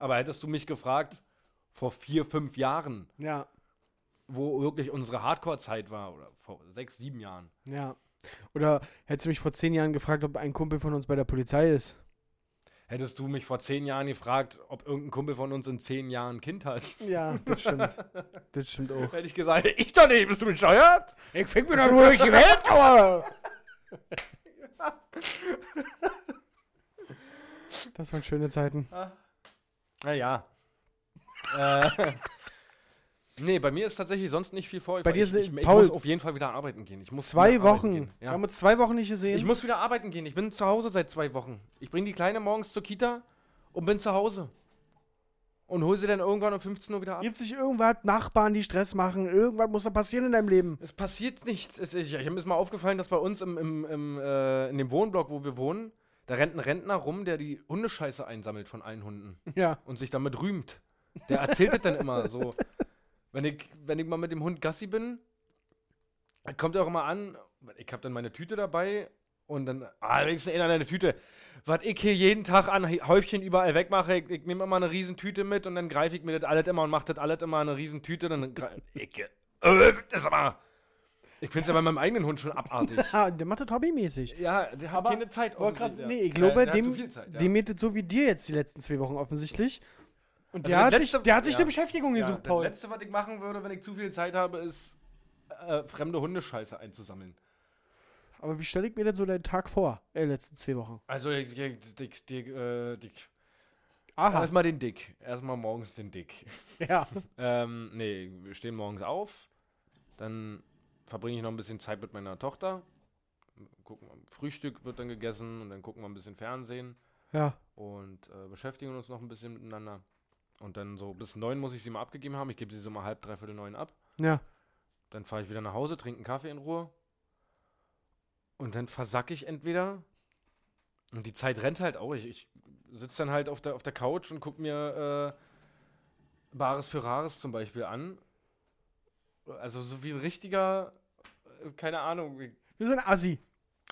Speaker 2: Aber hättest du mich gefragt, vor vier, fünf Jahren,
Speaker 3: Ja,
Speaker 2: wo wirklich unsere Hardcore-Zeit war, oder vor sechs, sieben Jahren.
Speaker 3: ja. Oder hättest du mich vor zehn Jahren gefragt, ob ein Kumpel von uns bei der Polizei ist?
Speaker 2: Hättest du mich vor zehn Jahren gefragt, ob irgendein Kumpel von uns in zehn Jahren ein Kind hat, <laughs>
Speaker 3: Ja, das <laughs> stimmt. das stimmt auch.
Speaker 2: hätte ich gesagt, ich doch nicht, bist du bescheuert?
Speaker 3: Ich fick mir doch nur durch die <laughs> Welt, aber. Das waren schöne Zeiten.
Speaker 2: Naja. <laughs> äh, nee, bei mir ist tatsächlich sonst nicht viel vor.
Speaker 3: Bei dir
Speaker 2: ich,
Speaker 3: sind-
Speaker 2: ich, ich
Speaker 3: Paul-
Speaker 2: muss auf jeden Fall wieder arbeiten gehen. Ich muss
Speaker 3: Zwei
Speaker 2: wieder arbeiten
Speaker 3: Wochen.
Speaker 2: gehen.
Speaker 3: Wir
Speaker 2: Ja.
Speaker 3: haben uns zwei Wochen nicht gesehen.
Speaker 2: Ich muss wieder arbeiten gehen. Ich bin zu Hause seit zwei Wochen. Ich bringe die Kleine morgens zur Kita und bin zu Hause. Und hole sie dann irgendwann um 15 Uhr wieder ab.
Speaker 3: Gibt sich irgendwas, Nachbarn, die Stress machen? Irgendwas muss da passieren in deinem
Speaker 2: <laughs>
Speaker 3: Leben.
Speaker 2: Es passiert nichts. Es, ich ich habe mir mal aufgefallen, dass bei uns im, im, im, äh, in dem Wohnblock, wo wir wohnen, da rennt ein Rentner rum, der die Hundescheiße einsammelt von allen Hunden
Speaker 3: Ja.
Speaker 2: und sich damit rühmt. Der erzählt es dann immer so. Wenn ich, wenn ich mal mit dem Hund Gassi bin, dann kommt er auch immer an, ich habe dann meine Tüte dabei und dann, ah, wenigstens einer deine Tüte. Was ich hier jeden Tag an Häufchen überall wegmache, ich, ich nehme immer eine Riesentüte mit und dann greife ich mir das alles immer und mache das alles immer in eine Riesentüte. Dann gre- ich, äh, das mal. Ich finde es ja bei meinem eigenen Hund schon abartig.
Speaker 3: Ah, der macht das hobbymäßig.
Speaker 2: ja, der hat
Speaker 3: Aber
Speaker 2: keine Zeit.
Speaker 3: Wollte grad-
Speaker 2: offensichtlich,
Speaker 3: nee,
Speaker 2: ja.
Speaker 3: ich glaube,
Speaker 2: Ja, äh, der hat zu
Speaker 3: dem,
Speaker 2: viel Zeit, ja.
Speaker 3: dem geht es so wie dir jetzt die letzten zwei Wochen offensichtlich. Und
Speaker 2: Also
Speaker 3: der,
Speaker 2: das
Speaker 3: hat sich,
Speaker 2: letzte-
Speaker 3: der hat sich
Speaker 2: ja.
Speaker 3: eine Beschäftigung
Speaker 2: Ja,
Speaker 3: gesucht,
Speaker 2: das
Speaker 3: Paul.
Speaker 2: Letzte, was ich machen würde, wenn ich zu viel Zeit habe, ist äh, fremde Hundescheiße einzusammeln.
Speaker 3: Aber wie stelle ich mir denn so deinen Tag vor, äh, letzten zwei Wochen?
Speaker 2: Also ich, ich, ich, ich, äh, ich
Speaker 3: Aha,
Speaker 2: erstmal den Dick. Erstmal morgens den Dick. <laughs>
Speaker 3: ja.
Speaker 2: Ähm, nee, wir stehen morgens auf. Dann verbringe ich noch ein bisschen Zeit mit meiner Tochter. Gucken, Frühstück wird dann gegessen und dann gucken wir ein bisschen Fernsehen
Speaker 3: Ja,
Speaker 2: und äh, beschäftigen uns noch ein bisschen miteinander. Und dann so bis neun muss ich sie mal abgegeben haben. Ich gebe sie so mal halb, dreiviertel neun ab.
Speaker 3: ja.
Speaker 2: Dann fahre ich wieder nach Hause, trinke einen Kaffee in Ruhe. Und dann versack ich entweder. Und die Zeit rennt halt auch. Ich, ich sitze dann halt auf der, auf der Couch und guck mir äh, Bares für Rares zum Beispiel an. Also so wie ein richtiger, äh, keine Ahnung.
Speaker 3: Wir sind Assi.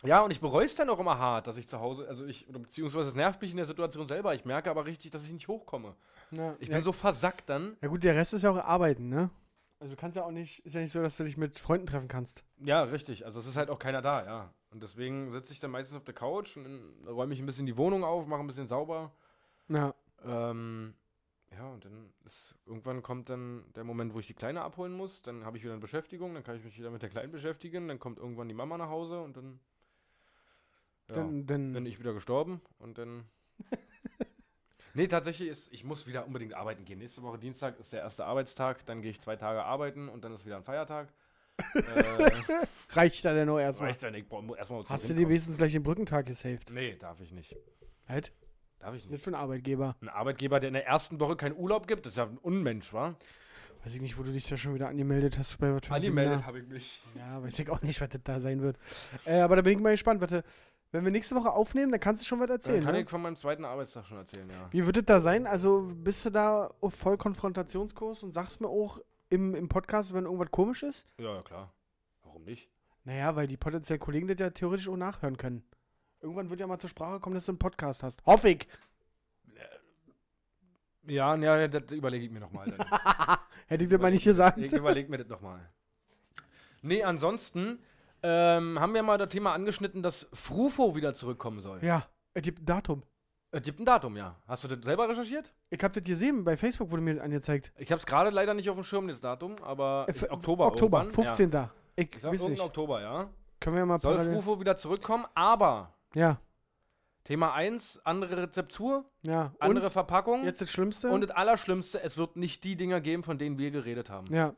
Speaker 2: Ja, und ich bereue es dann auch immer hart, dass ich zu Hause, also ich, oder beziehungsweise es nervt mich in der Situation selber. Ich merke aber richtig, dass ich nicht hochkomme.
Speaker 3: Ja,
Speaker 2: Ich
Speaker 3: ja,
Speaker 2: bin so versackt dann.
Speaker 3: ja gut, der Rest ist ja auch Arbeiten, ne? Also du kannst ja auch nicht, ist ja nicht so, dass du dich mit Freunden treffen kannst.
Speaker 2: Ja, richtig. Also es ist halt auch keiner da, ja. Und deswegen sitze ich dann meistens auf der Couch und räume ich ein bisschen die Wohnung auf, mache ein bisschen sauber.
Speaker 3: Ja.
Speaker 2: Ähm, ja, und dann ist, irgendwann kommt dann der Moment, wo ich die Kleine abholen muss. Dann habe ich wieder eine Beschäftigung, dann kann ich mich wieder mit der Kleinen beschäftigen. Dann kommt irgendwann die Mama nach Hause und dann, ja,
Speaker 3: Dann,
Speaker 2: dann
Speaker 3: dann,
Speaker 2: bin ich wieder gestorben und dann. nee, tatsächlich ist, ich muss wieder unbedingt arbeiten gehen. Nächste Woche Dienstag ist der erste Arbeitstag, dann gehe ich zwei Tage arbeiten und dann ist wieder ein Feiertag. äh,
Speaker 3: reicht da denn nur erstmal.
Speaker 2: reicht dann, ich brauche erstmal zum
Speaker 3: Hast du dir
Speaker 2: Rumkommen.
Speaker 3: wenigstens gleich den Brückentag gesaved?
Speaker 2: Nee, darf ich nicht.
Speaker 3: Halt,
Speaker 2: Darf ich
Speaker 3: ist
Speaker 2: nicht.
Speaker 3: nicht für einen Arbeitgeber.
Speaker 2: Ein Arbeitgeber, der in der ersten Woche keinen Urlaub gibt, ist ja ein Unmensch, wa?
Speaker 3: Weiß ich nicht, wo du dich da schon wieder angemeldet hast. Bei was für einem
Speaker 2: Angemeldet habe ich mich.
Speaker 3: Seminar. ne? Ja, weiß ich auch nicht, was das da sein wird. Äh, aber da bin ich mal gespannt. Warte, wenn wir nächste Woche aufnehmen, dann kannst du schon was
Speaker 2: Dann
Speaker 3: erzählen.
Speaker 2: kann
Speaker 3: ne?
Speaker 2: ich von meinem zweiten Arbeitstag schon erzählen, ja.
Speaker 3: Wie wird es da sein? Also bist du da auf voll Konfrontationskurs und sagst mir auch im, im Podcast, wenn irgendwas komisch ist?
Speaker 2: Ja, ja, klar. Warum nicht?
Speaker 3: Naja, weil die potenziellen Kollegen das ja theoretisch auch nachhören können. Irgendwann wird ja mal zur Sprache kommen, dass du einen Podcast hast. Hoffe ich.
Speaker 2: Ja, ja, das überlege ich mir nochmal.
Speaker 3: <laughs> Hätte ich das mal nicht gesagt.
Speaker 2: Ich überlege mir das nochmal. Nee, ansonsten ähm, haben wir mal das Thema angeschnitten, dass Frufo wieder zurückkommen soll.
Speaker 3: Ja, es gibt ein Datum.
Speaker 2: Es gibt ein Datum, ja. Hast du das selber recherchiert?
Speaker 3: Ich hab das gesehen, bei Facebook wurde mir das angezeigt.
Speaker 2: Ich habe es gerade leider nicht auf dem Schirm, das Datum, aber
Speaker 3: Äh,
Speaker 2: im Ah, Oktober.
Speaker 3: Oktober,
Speaker 2: irgendwann,
Speaker 3: 15. Ja. Ich,
Speaker 2: Ja. Ich sag
Speaker 3: weiß
Speaker 2: irgendein
Speaker 3: nicht.
Speaker 2: Oktober, ja.
Speaker 3: Können wir ja mal
Speaker 2: Soll
Speaker 3: parallel.
Speaker 2: Frufo wieder zurückkommen, aber
Speaker 3: Ja,
Speaker 2: Thema 1, andere Rezeptur,
Speaker 3: ja.
Speaker 2: andere
Speaker 3: und
Speaker 2: Verpackung.
Speaker 3: jetzt äh, das Schlimmste.
Speaker 2: Und das Allerschlimmste, es wird nicht die Dinger geben, von denen wir geredet haben.
Speaker 3: ja.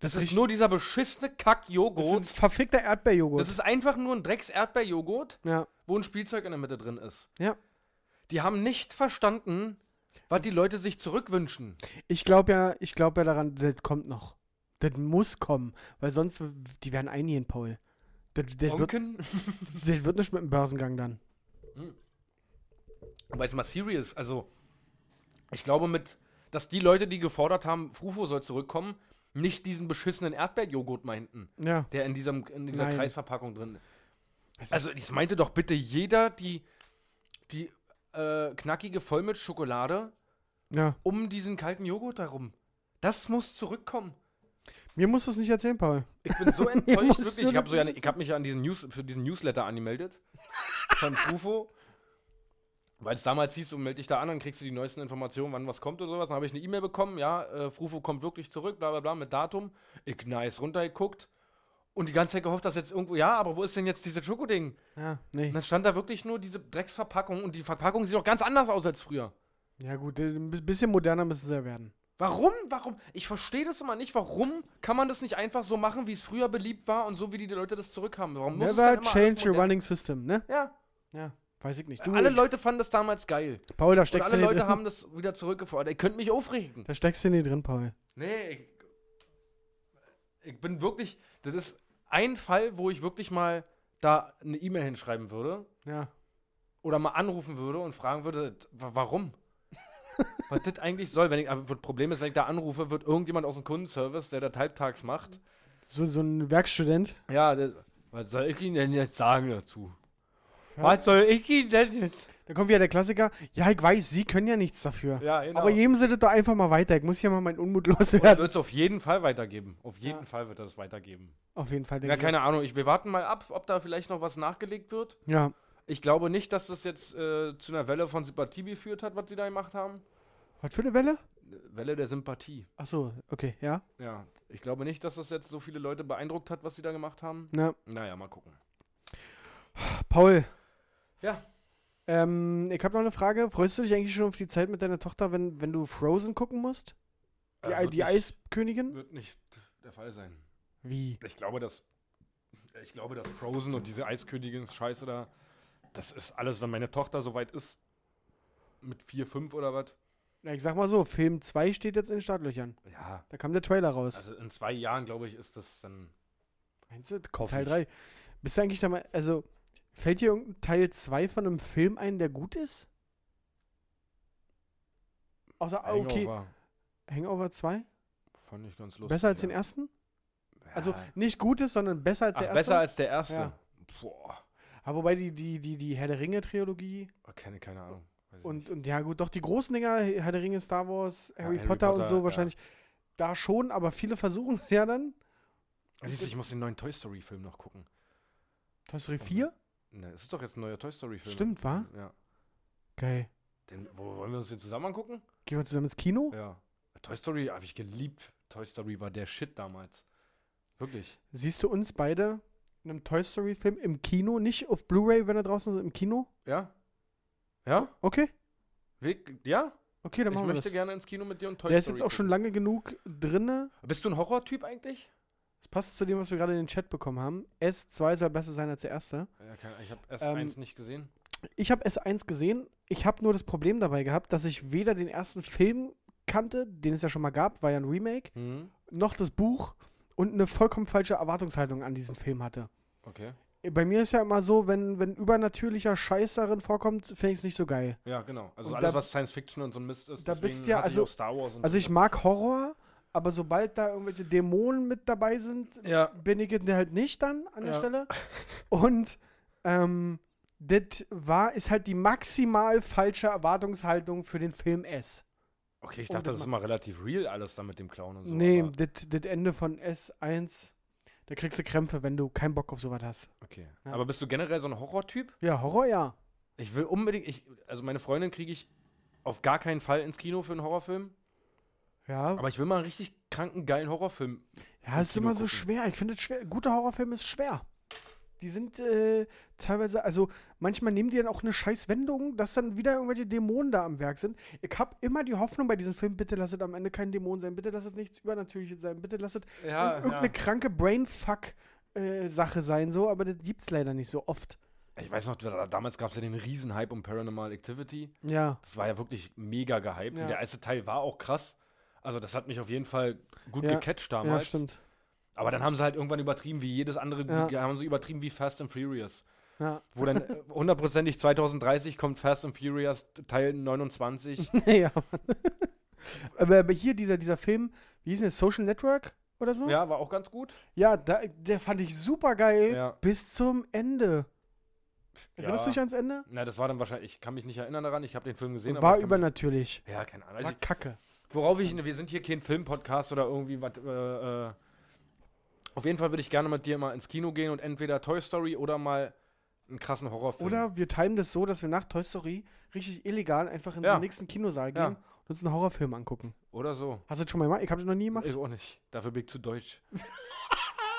Speaker 2: das,
Speaker 3: ist
Speaker 2: ist nur dieser beschissene
Speaker 3: Das ist ein
Speaker 2: Kack-Joghurt.
Speaker 3: verfickter Erdbeerjoghurt.
Speaker 2: Das ist einfach nur ein Drecks-Erdbeerjoghurt,
Speaker 3: ja.
Speaker 2: wo ein Spielzeug in der Mitte drin ist.
Speaker 3: Ja.
Speaker 2: Die haben nicht verstanden, was die Leute sich zurückwünschen.
Speaker 3: Ich glaube ja, ich glaube ja daran, das kommt noch. Das muss kommen, weil sonst w- die werden einigen, Paul. Das, das, wird,
Speaker 2: Onken?
Speaker 3: das wird nicht mit dem Börsengang dann.
Speaker 2: Aber jetzt mal serious, also ich glaube mit, dass die Leute, die gefordert haben, Frufo soll zurückkommen, nicht diesen beschissenen Erdbeerjoghurt meinten,
Speaker 3: Ja.
Speaker 2: der in, diesem, in dieser
Speaker 3: Nein.
Speaker 2: Kreisverpackung drin ist.
Speaker 3: Es
Speaker 2: Also, das meinte doch bitte jeder, die, die äh, knackige Vollmilchschokolade
Speaker 3: Ja.
Speaker 2: um diesen kalten Joghurt herum. Das muss zurückkommen.
Speaker 3: Mir musst du es nicht erzählen, Paul.
Speaker 2: Ich bin <laughs> so
Speaker 3: Mir
Speaker 2: enttäuscht,
Speaker 3: musst
Speaker 2: wirklich.
Speaker 3: du
Speaker 2: Ich habe so ja,
Speaker 3: das nicht
Speaker 2: ich hab mich ja an diesen News, für diesen Newsletter angemeldet von Trufo. Weil es damals hieß, so melde dich da an, dann kriegst du die neuesten Informationen, wann was kommt oder sowas. Dann habe ich eine E-Mail bekommen, ja, äh, Frufo kommt wirklich zurück, bla bla bla, mit Datum. Ich nice runtergeguckt und die ganze Zeit gehofft, dass jetzt irgendwo, ja, aber wo ist denn jetzt dieses Schokoding?
Speaker 3: Ja, nee.
Speaker 2: Und dann stand da wirklich nur diese Drecksverpackung und die Verpackung sieht doch ganz anders aus als früher.
Speaker 3: Ja, gut, äh, ein bi- bisschen moderner müssen sie ja werden.
Speaker 2: Warum? Warum? Ich verstehe das immer nicht. Warum kann man das nicht einfach so machen, wie es früher beliebt war und so, wie die Leute das zurückhaben? Warum muss es dann
Speaker 3: Never
Speaker 2: immer
Speaker 3: change your
Speaker 2: alles modern-
Speaker 3: running system, ne?
Speaker 2: Ja,
Speaker 3: Ja. Weiß ich nicht. Du,
Speaker 2: alle
Speaker 3: ich-
Speaker 2: Leute fanden das damals geil.
Speaker 3: Paul, da
Speaker 2: Und
Speaker 3: steckst du
Speaker 2: alle
Speaker 3: nicht
Speaker 2: Leute
Speaker 3: drin. <laughs>
Speaker 2: haben das wieder zurückgefordert. Ihr könnt mich aufregen.
Speaker 3: Da steckst du nicht drin, Paul.
Speaker 2: Nee, ich, ich bin wirklich. Das ist ein Fall, wo ich wirklich mal da eine E-Mail hinschreiben würde
Speaker 3: Ja.
Speaker 2: oder mal anrufen würde und fragen würde, wa-
Speaker 3: <laughs>
Speaker 2: warum? Was das eigentlich soll, wenn ich, aber das Problem ist, wenn ich da anrufe, wird irgendjemand aus dem Kundenservice, der das halbtags macht,
Speaker 3: So, so ein Werkstudent.
Speaker 2: Ja, das, was soll ich Ihnen denn jetzt sagen dazu?
Speaker 3: Ja.
Speaker 2: Was soll ich Ihnen denn jetzt?
Speaker 3: Da kommt wieder der Klassiker. Ja, ich weiß, sie können ja nichts dafür.
Speaker 2: Ja, genau.
Speaker 3: Aber geben sie das doch einfach mal weiter. Ich muss hier mal meinen Unmut
Speaker 2: ja.
Speaker 3: loswerden.
Speaker 2: Wird es auf jeden Fall weitergeben. Auf jeden
Speaker 3: Ja.
Speaker 2: Fall wird das weitergeben.
Speaker 3: Auf jeden Fall,
Speaker 2: Ja,
Speaker 3: denke
Speaker 2: keine Ahnung. Ich, wir warten mal ab, ob da vielleicht noch was nachgelegt wird.
Speaker 3: ich. Ja.
Speaker 2: Ich glaube nicht, dass das jetzt äh, zu einer Welle von Sympathie geführt hat, was sie da gemacht haben.
Speaker 3: Was für eine Welle?
Speaker 2: Welle der Sympathie.
Speaker 3: Ach so, okay, ja.
Speaker 2: Ja. Ich glaube nicht, dass das jetzt so viele Leute beeindruckt hat, was sie da gemacht haben.
Speaker 3: Na,
Speaker 2: Naja, mal gucken.
Speaker 3: Paul.
Speaker 2: Ja.
Speaker 3: Ähm, ich habe noch eine Frage. Freust du dich eigentlich schon auf die Zeit mit deiner Tochter, wenn, wenn du Frozen gucken musst? Die,
Speaker 2: Äh,
Speaker 3: Ei-
Speaker 2: wird
Speaker 3: die
Speaker 2: nicht-
Speaker 3: Eiskönigin?
Speaker 2: Wird nicht der Fall sein.
Speaker 3: Wie?
Speaker 2: Ich glaube, dass ich glaube, dass Frozen und diese Eiskönigin-Scheiße da, das ist alles, wenn meine Tochter so weit ist, mit 4, 5 oder was.
Speaker 3: Na, ich sag mal so, Film 2 steht jetzt in den Startlöchern.
Speaker 2: Ja.
Speaker 3: Da kam der Trailer raus.
Speaker 2: Also in zwei Jahren, glaube ich, ist das dann.
Speaker 3: Meinst du?
Speaker 2: Kauf
Speaker 3: Teil
Speaker 2: ich.
Speaker 3: 3. Bist du eigentlich da mal, also fällt dir irgendein Teil 2 von einem Film ein, der gut ist? Außer, ah, okay,
Speaker 2: Hangover
Speaker 3: Hangover 2?
Speaker 2: Fand ich ganz lustig.
Speaker 3: Besser als den
Speaker 2: ja.
Speaker 3: ersten? Also
Speaker 2: Ja.
Speaker 3: nicht gutes, sondern besser als
Speaker 2: Ach,
Speaker 3: der erste.
Speaker 2: besser als der erste.
Speaker 3: Ja.
Speaker 2: Boah,
Speaker 3: Aber wobei die, die, die, die Herr der Ringe-Trilogie
Speaker 2: keine, keine Ahnung. Weiß ich
Speaker 3: und, und ja gut, doch die großen Dinger, Herr der Ringe, Star Wars, Harry,
Speaker 2: Harry
Speaker 3: Potter, und
Speaker 2: Potter,
Speaker 3: so
Speaker 2: ja.
Speaker 3: wahrscheinlich, da schon, aber viele versuchen es ja dann.
Speaker 2: nicht. Siehst du, ich muss den neuen Toy Story Film noch gucken.
Speaker 3: Toy Story 4?
Speaker 2: Ne, es ist doch jetzt ein neuer Toy Story Film.
Speaker 3: Stimmt, wa?
Speaker 2: Ja.
Speaker 3: Geil.
Speaker 2: Den, wo, wollen wir uns den zusammen angucken?
Speaker 3: Gehen wir zusammen ins Kino?
Speaker 2: Ja. Toy Story habe ich geliebt. Toy Story war der Shit damals. Wirklich.
Speaker 3: Siehst du uns beide in einem Toy Story-Film im Kino? Nicht auf Blu-ray, wenn er draußen ist, im Kino?
Speaker 2: Ja? Ja?
Speaker 3: Okay,
Speaker 2: Weg, ja?
Speaker 3: okay, dann
Speaker 2: ich
Speaker 3: machen wir
Speaker 2: möchte
Speaker 3: das.
Speaker 2: gerne ins Kino mit dir und Toy
Speaker 3: Der ist
Speaker 2: Story.
Speaker 3: jetzt auch schon lange genug drinne.
Speaker 2: gucken. Bist du ein Horrortyp eigentlich?
Speaker 3: Es passt zu dem, was wir gerade in den Chat bekommen haben. S2 soll besser sein als der erste.
Speaker 2: Ja, keine- ich habe
Speaker 3: Ähm,
Speaker 2: S1 nicht gesehen.
Speaker 3: Ich habe S1 gesehen. Ich habe nur das Problem dabei gehabt, dass ich weder den ersten Film kannte, den es ja schon mal gab, war ja ein Remake,
Speaker 2: Hm,
Speaker 3: noch das Buch und eine vollkommen falsche Erwartungshaltung an diesen Film hatte.
Speaker 2: okay.
Speaker 3: Bei mir ist ja immer so, wenn, wenn übernatürlicher Scheiß darin vorkommt, finde ich es nicht so geil.
Speaker 2: Ja, genau. Also
Speaker 3: Und
Speaker 2: alles,
Speaker 3: da-
Speaker 2: was Science Fiction und so ein Mist ist,
Speaker 3: da
Speaker 2: deswegen
Speaker 3: bist ja-
Speaker 2: hasse
Speaker 3: also-
Speaker 2: ich auch Star Wars und
Speaker 3: Also
Speaker 2: so.
Speaker 3: ich mag Horror, aber sobald da irgendwelche Dämonen mit dabei sind,
Speaker 2: Ja,
Speaker 3: bin ich halt nicht dann an der
Speaker 2: Ja. <laughs>
Speaker 3: Stelle. Und ähm, das war, ist halt die maximal falsche Erwartungshaltung für den Film S.
Speaker 2: okay, ich
Speaker 3: Und
Speaker 2: dachte, das
Speaker 3: ma-
Speaker 2: ist mal relativ real alles da mit dem Clown und so.
Speaker 3: Oh, nee,
Speaker 2: aber-
Speaker 3: das das Ende von S1, da kriegst du Krämpfe, wenn du keinen Bock auf sowas hast.
Speaker 2: Okay.
Speaker 3: Ja.
Speaker 2: Aber bist du generell so ein Horrortyp?
Speaker 3: Ja, Horror ja.
Speaker 2: Ich will unbedingt, ich, also meine Freundin kriege ich auf gar keinen Fall ins Kino für einen Horrorfilm,
Speaker 3: Ja,
Speaker 2: aber ich will mal einen richtig kranken, geilen Horrorfilm.
Speaker 3: ja es ist
Speaker 2: Kino
Speaker 3: immer so
Speaker 2: gucken.
Speaker 3: schwer. Ich finde, es schwer. guter Horrorfilm ist schwer. Die sind äh, teilweise, also manchmal nehmen die dann auch eine scheiß Wendung, dass dann wieder irgendwelche Dämonen da am Werk sind. Ich habe immer die Hoffnung bei diesem Film, bitte lasst es am Ende kein Dämon sein, bitte lasst es nichts Übernatürliches sein, bitte lasst es
Speaker 2: Ja,
Speaker 3: irgendeine kranke Brainfuck-Sache sein, so, aber das gibt's leider nicht so oft.
Speaker 2: Ich weiß noch, da- damals gab es ja den Riesenhype um Paranormal Activity.
Speaker 3: Ja.
Speaker 2: Das war ja wirklich mega gehypt.
Speaker 3: Ja.
Speaker 2: Und der erste Teil war auch krass. Also das hat mich auf jeden Fall gut
Speaker 3: Ja,
Speaker 2: gecatcht
Speaker 3: Ja,
Speaker 2: damals.
Speaker 3: stimmt.
Speaker 2: Aber dann haben sie halt irgendwann übertrieben, wie jedes andere,
Speaker 3: Ja.
Speaker 2: ja. haben sie übertrieben wie Fast and Furious.
Speaker 3: Ja. <laughs>
Speaker 2: Wo dann äh, hundertprozentig 2030 kommt Fast and Furious Teil
Speaker 3: <laughs>
Speaker 2: 29.
Speaker 3: ja. Mann. aber, aber hier dieser, dieser Film, wie hieß denn das? Social Network oder so?
Speaker 2: ja, war auch ganz gut.
Speaker 3: Ja, da, der fand ich super geil.
Speaker 2: Ja.
Speaker 3: Bis zum Ende. Erinnerst du dich ans Ende?
Speaker 2: Na, das war dann wahrscheinlich, ich kann mich nicht erinnern daran, ich habe den Film gesehen.
Speaker 3: war
Speaker 2: ich kann mich-
Speaker 3: übernatürlich.
Speaker 2: Ja, keine Ahnung.
Speaker 3: War
Speaker 2: Also,
Speaker 3: kacke.
Speaker 2: worauf ich, wir sind hier kein Film-Podcast oder irgendwie was, äh, äh, auf jeden Fall würde ich gerne mit dir mal ins Kino gehen und entweder Toy Story oder mal einen krassen Horrorfilm.
Speaker 3: Oder wir timen das so, dass wir nach Toy Story richtig illegal einfach in
Speaker 2: Ja.
Speaker 3: den nächsten Kinosaal gehen
Speaker 2: Ja.
Speaker 3: und uns einen Horrorfilm angucken.
Speaker 2: Oder so.
Speaker 3: Hast du das schon mal gemacht? Ich habe das noch nie gemacht.
Speaker 2: Ich auch nicht. Dafür bin ich
Speaker 3: <laughs>
Speaker 2: zu deutsch.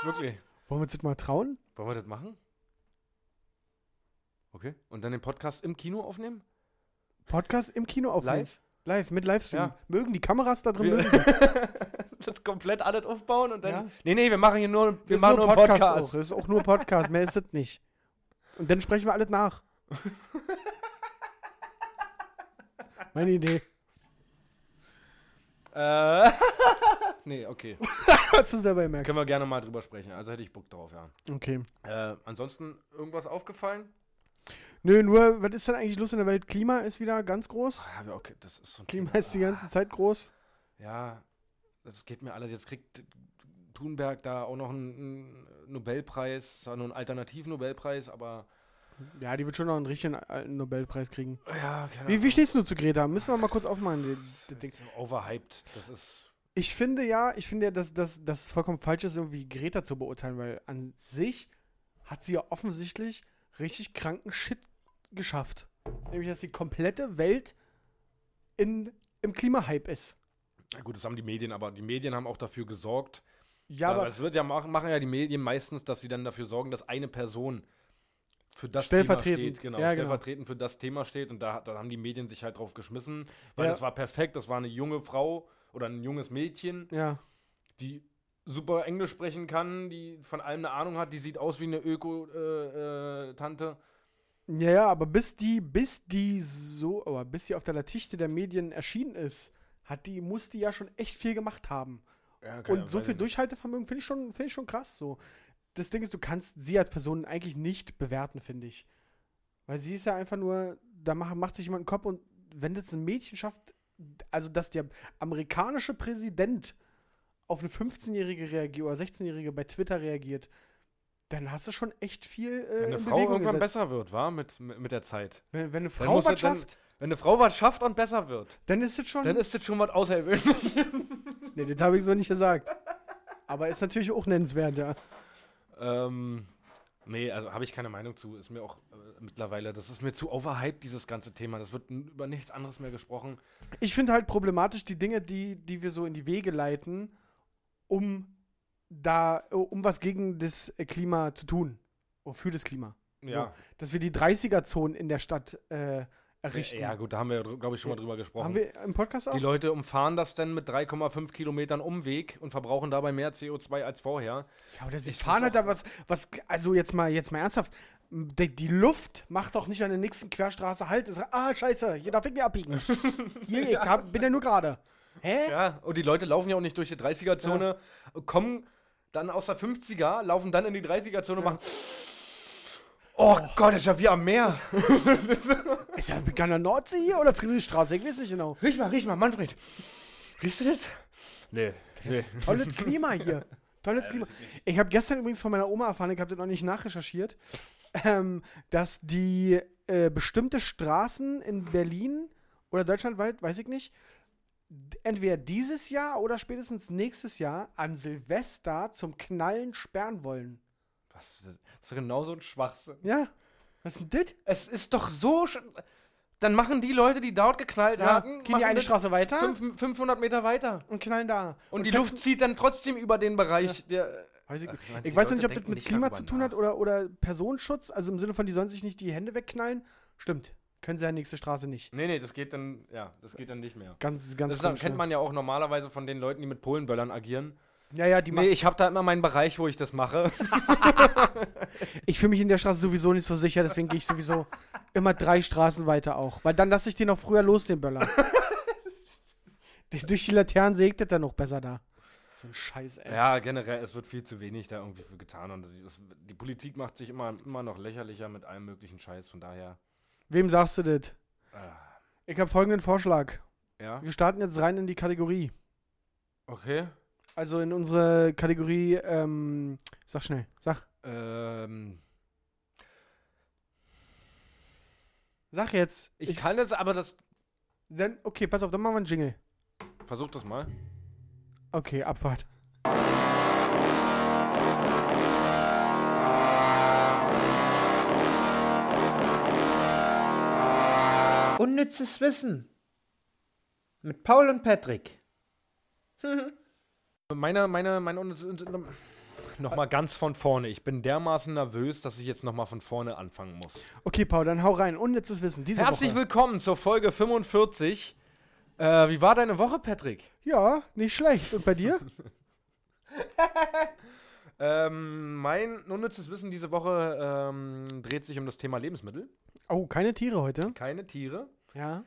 Speaker 2: Wirklich.
Speaker 3: Wollen wir uns das mal trauen?
Speaker 2: Wollen wir das machen? Okay. Und dann den Podcast im Kino aufnehmen?
Speaker 3: Podcast im Kino aufnehmen.
Speaker 2: Live?
Speaker 3: Live, mit Livestream.
Speaker 2: Ja.
Speaker 3: Mögen die Kameras da drin?
Speaker 2: Wir-
Speaker 3: Mögen.
Speaker 2: <laughs> das komplett alles aufbauen und dann.
Speaker 3: Ja.
Speaker 2: Nee, nee, wir machen hier nur, wir
Speaker 3: Ist
Speaker 2: machen nur einen
Speaker 3: Auch. Das ist auch nur Podcast, mehr ist das nicht. Und dann sprechen wir alles
Speaker 2: <laughs>
Speaker 3: nach. Meine Idee.
Speaker 2: Äh, <laughs> nee,
Speaker 3: <laughs>
Speaker 2: okay.
Speaker 3: Hast du selber gemerkt.
Speaker 2: Können wir gerne mal drüber sprechen. Also hätte ich Bock drauf, ja.
Speaker 3: Okay.
Speaker 2: Äh, ansonsten irgendwas aufgefallen?
Speaker 3: Nö, nur, was ist denn eigentlich los in der Welt? Klima ist wieder ganz groß.
Speaker 2: Ah, ja, okay, das ist so ein
Speaker 3: Klima ist die ganze Zeit groß.
Speaker 2: Ja, das geht mir alles. Jetzt kriegt Thunberg da auch noch einen, einen Nobelpreis, zwar nur einen alternativen Nobelpreis, aber
Speaker 3: Ja, die wird schon noch einen richtigen äh, Nobelpreis kriegen.
Speaker 2: ja, keine
Speaker 3: Wie, wie stehst du zu Greta? Müssen wir mal kurz aufmachen, die- das Ding.
Speaker 2: Ahnung. Overhyped. Das ist.
Speaker 3: Ich finde ja, ich finde ja, dass, dass, dass es vollkommen falsch ist, irgendwie Greta zu beurteilen, weil an sich hat sie ja offensichtlich richtig kranken Shit geschafft. Nämlich, dass die komplette Welt in, im Klimahype ist.
Speaker 2: Na gut, das haben die Medien, aber die Medien haben auch dafür gesorgt.
Speaker 3: Ja,
Speaker 2: aber
Speaker 3: aber
Speaker 2: es wird ja machen, machen ja die Medien meistens, dass sie dann dafür sorgen, dass eine Person für das
Speaker 3: Stellvertretend,
Speaker 2: Thema steht, genau,
Speaker 3: ja, genau.
Speaker 2: stellvertretend für das Thema steht und da, hat- dann haben die Medien sich halt drauf geschmissen, weil
Speaker 3: Ja.
Speaker 2: das war perfekt, das war eine junge Frau oder ein junges Mädchen,
Speaker 3: ja.
Speaker 2: die super Englisch sprechen kann, die von allem eine Ahnung hat, die sieht aus wie eine Öko-Tante. Äh, äh, Tante.
Speaker 3: Ja, ja, aber bis die, bis die so, aber bis die auf der Latichte der Medien erschienen ist, hat die, muss die ja schon echt viel gemacht haben. Und so viel Durchhaltevermögen finde ich, schon- finde ich schon krass so. das Ding ist, du kannst sie als Person eigentlich nicht bewerten, finde ich. Weil sie ist ja einfach nur, da mach, macht sich jemand einen Kopf und wenn das ein Mädchen schafft, also dass der amerikanische Präsident auf eine 15-Jährige reagiert oder 16-Jährige bei Twitter reagiert, dann hast du schon echt viel. Äh,
Speaker 2: Wenn eine
Speaker 3: in
Speaker 2: Frau
Speaker 3: Bewegung
Speaker 2: irgendwann
Speaker 3: gesetzt.
Speaker 2: besser wird, war mit, mit mit der Zeit.
Speaker 3: Wenn, wenn eine
Speaker 2: Dann
Speaker 3: Frau
Speaker 2: muss er
Speaker 3: was
Speaker 2: dann-
Speaker 3: schafft,
Speaker 2: Wenn eine Frau was schafft und besser wird,
Speaker 3: dann ist es schon.
Speaker 2: dann ist das schon was Außergewöhnliches.
Speaker 3: nee, das habe ich so nicht gesagt. Aber ist natürlich auch nennenswert, ja.
Speaker 2: <laughs> Ähm, nee, also habe ich keine Meinung zu. Ist mir auch äh, mittlerweile, das ist mir zu overhyped, dieses ganze Thema. Das wird n- über nichts anderes mehr gesprochen.
Speaker 3: Ich finde halt problematisch die Dinge, die, die wir so in die Wege leiten, um da, um was gegen das äh, Klima zu tun. Oder für das Klima.
Speaker 2: Ja,
Speaker 3: Dass wir die 30er-Zonen in der Stadt äh, errichten.
Speaker 2: ja gut, da haben wir, glaube ich, schon mal drüber gesprochen.
Speaker 3: Haben wir im Podcast auch?
Speaker 2: Die Leute umfahren das dann mit 3,5 Kilometern Umweg und verbrauchen dabei mehr CO2 als vorher.
Speaker 3: Ja, oder sie
Speaker 2: Ich
Speaker 3: fahren halt
Speaker 2: weiß
Speaker 3: da was, was, also jetzt mal, jetzt mal ernsthaft, m, die, die Luft macht doch nicht an der nächsten Querstraße halt. Das, ah, scheiße, hier darf ich mir abbiegen. Hier, ich hab, bin ja nur gerade. Hä?
Speaker 2: Ja, und die Leute laufen ja auch nicht durch die 30er-Zone, kommen dann aus der 50er, laufen dann in die 30er-Zone und machen. Oh, Gott, ist ja wie am Meer.
Speaker 3: Ist ja an der Nordsee hier oder Friedrichstraße? Ich weiß nicht genau.
Speaker 2: <laughs> Riech mal, riech mal, Manfred. Riechst du das? Nee.
Speaker 3: Das ist <laughs> tolles Klima hier. Tolles Klima. Ich habe gestern übrigens von meiner Oma erfahren, ich habe das noch nicht nachrecherchiert, ähm, dass die äh, bestimmte Straßen in Berlin oder deutschlandweit, weiß ich nicht, d- entweder dieses Jahr oder spätestens nächstes Jahr an Silvester zum Knallen sperren wollen.
Speaker 2: Was, das ist doch genau so ein Schwachsinn.
Speaker 3: Ja? Was ist denn das?
Speaker 2: Es ist doch so. sch- Dann machen die Leute, die dort geknallt haben,
Speaker 3: gehen die eine Straße weiter
Speaker 2: 500 Meter weiter.
Speaker 3: und knallen da.
Speaker 2: Und, die
Speaker 3: fett-
Speaker 2: Luft zieht dann trotzdem über den Bereich der.
Speaker 3: Weiß ich nicht.
Speaker 2: Mann, Äh, die
Speaker 3: ich weiß ja
Speaker 2: Leute
Speaker 3: nicht, ob das
Speaker 2: denken
Speaker 3: mit
Speaker 2: nicht
Speaker 3: Klima
Speaker 2: darüber
Speaker 3: zu tun
Speaker 2: nach.
Speaker 3: hat oder, oder Personenschutz, also im Sinne von, die sollen sich nicht die Hände wegknallen. Stimmt. Können sie ja nächste Straße nicht.
Speaker 2: Nee, nee, das geht dann. Ja, das geht dann nicht mehr.
Speaker 3: Ganz, ganz
Speaker 2: Das ist, Also dann-
Speaker 3: komisch,
Speaker 2: kennt
Speaker 3: ne?
Speaker 2: man ja auch normalerweise von den Leuten, die mit Polenböllern agieren.
Speaker 3: Ja, ja, die
Speaker 2: Nee,
Speaker 3: machen-
Speaker 2: ich habe da immer meinen Bereich, wo ich
Speaker 3: <laughs>
Speaker 2: das mache.
Speaker 3: Ich fühle mich in der Straße sowieso nicht so sicher, deswegen gehe ich
Speaker 2: <laughs>
Speaker 3: sowieso immer drei Straßen weiter auch. Weil dann lasse ich den noch früher los, den
Speaker 2: <laughs>
Speaker 3: Böller. Die- Durch die Laternen segnet er noch besser da. So ein Scheiß, ey.
Speaker 2: ja, generell, es wird viel zu wenig da irgendwie für getan. Und es- die Politik macht sich immer, immer noch lächerlicher mit allem möglichen Scheiß. Von daher.
Speaker 3: Wem sagst du das?
Speaker 2: Äh,
Speaker 3: Ich habe folgenden Vorschlag.
Speaker 2: ja,
Speaker 3: Wir starten jetzt rein in die Kategorie.
Speaker 2: okay.
Speaker 3: Also in unsere Kategorie, ähm, sag schnell, sag.
Speaker 2: Ähm,
Speaker 3: Sag jetzt.
Speaker 2: ich, kann es, aber das.
Speaker 3: Dann, okay, pass auf, dann machen wir einen Jingle.
Speaker 2: Versuch das mal.
Speaker 3: Okay, Abfahrt.
Speaker 4: Unnützes Wissen. Mit Paul und Patrick. <laughs>
Speaker 2: Meine, meine, meine. Nochmal ganz von vorne. Ich bin dermaßen nervös, dass ich jetzt nochmal von vorne anfangen muss.
Speaker 3: Okay, Paul, dann hau rein. Unnützes Wissen. Diese
Speaker 2: Herzlich
Speaker 3: Woche.
Speaker 2: willkommen zur Folge 45. Äh, wie war deine Woche, Patrick?
Speaker 3: Ja, nicht schlecht. Und bei dir? <laughs>
Speaker 2: Ähm, mein unnützes Wissen diese Woche ähm, dreht sich um das Thema Lebensmittel.
Speaker 3: Oh, keine Tiere heute.
Speaker 2: Keine Tiere.
Speaker 3: Ja.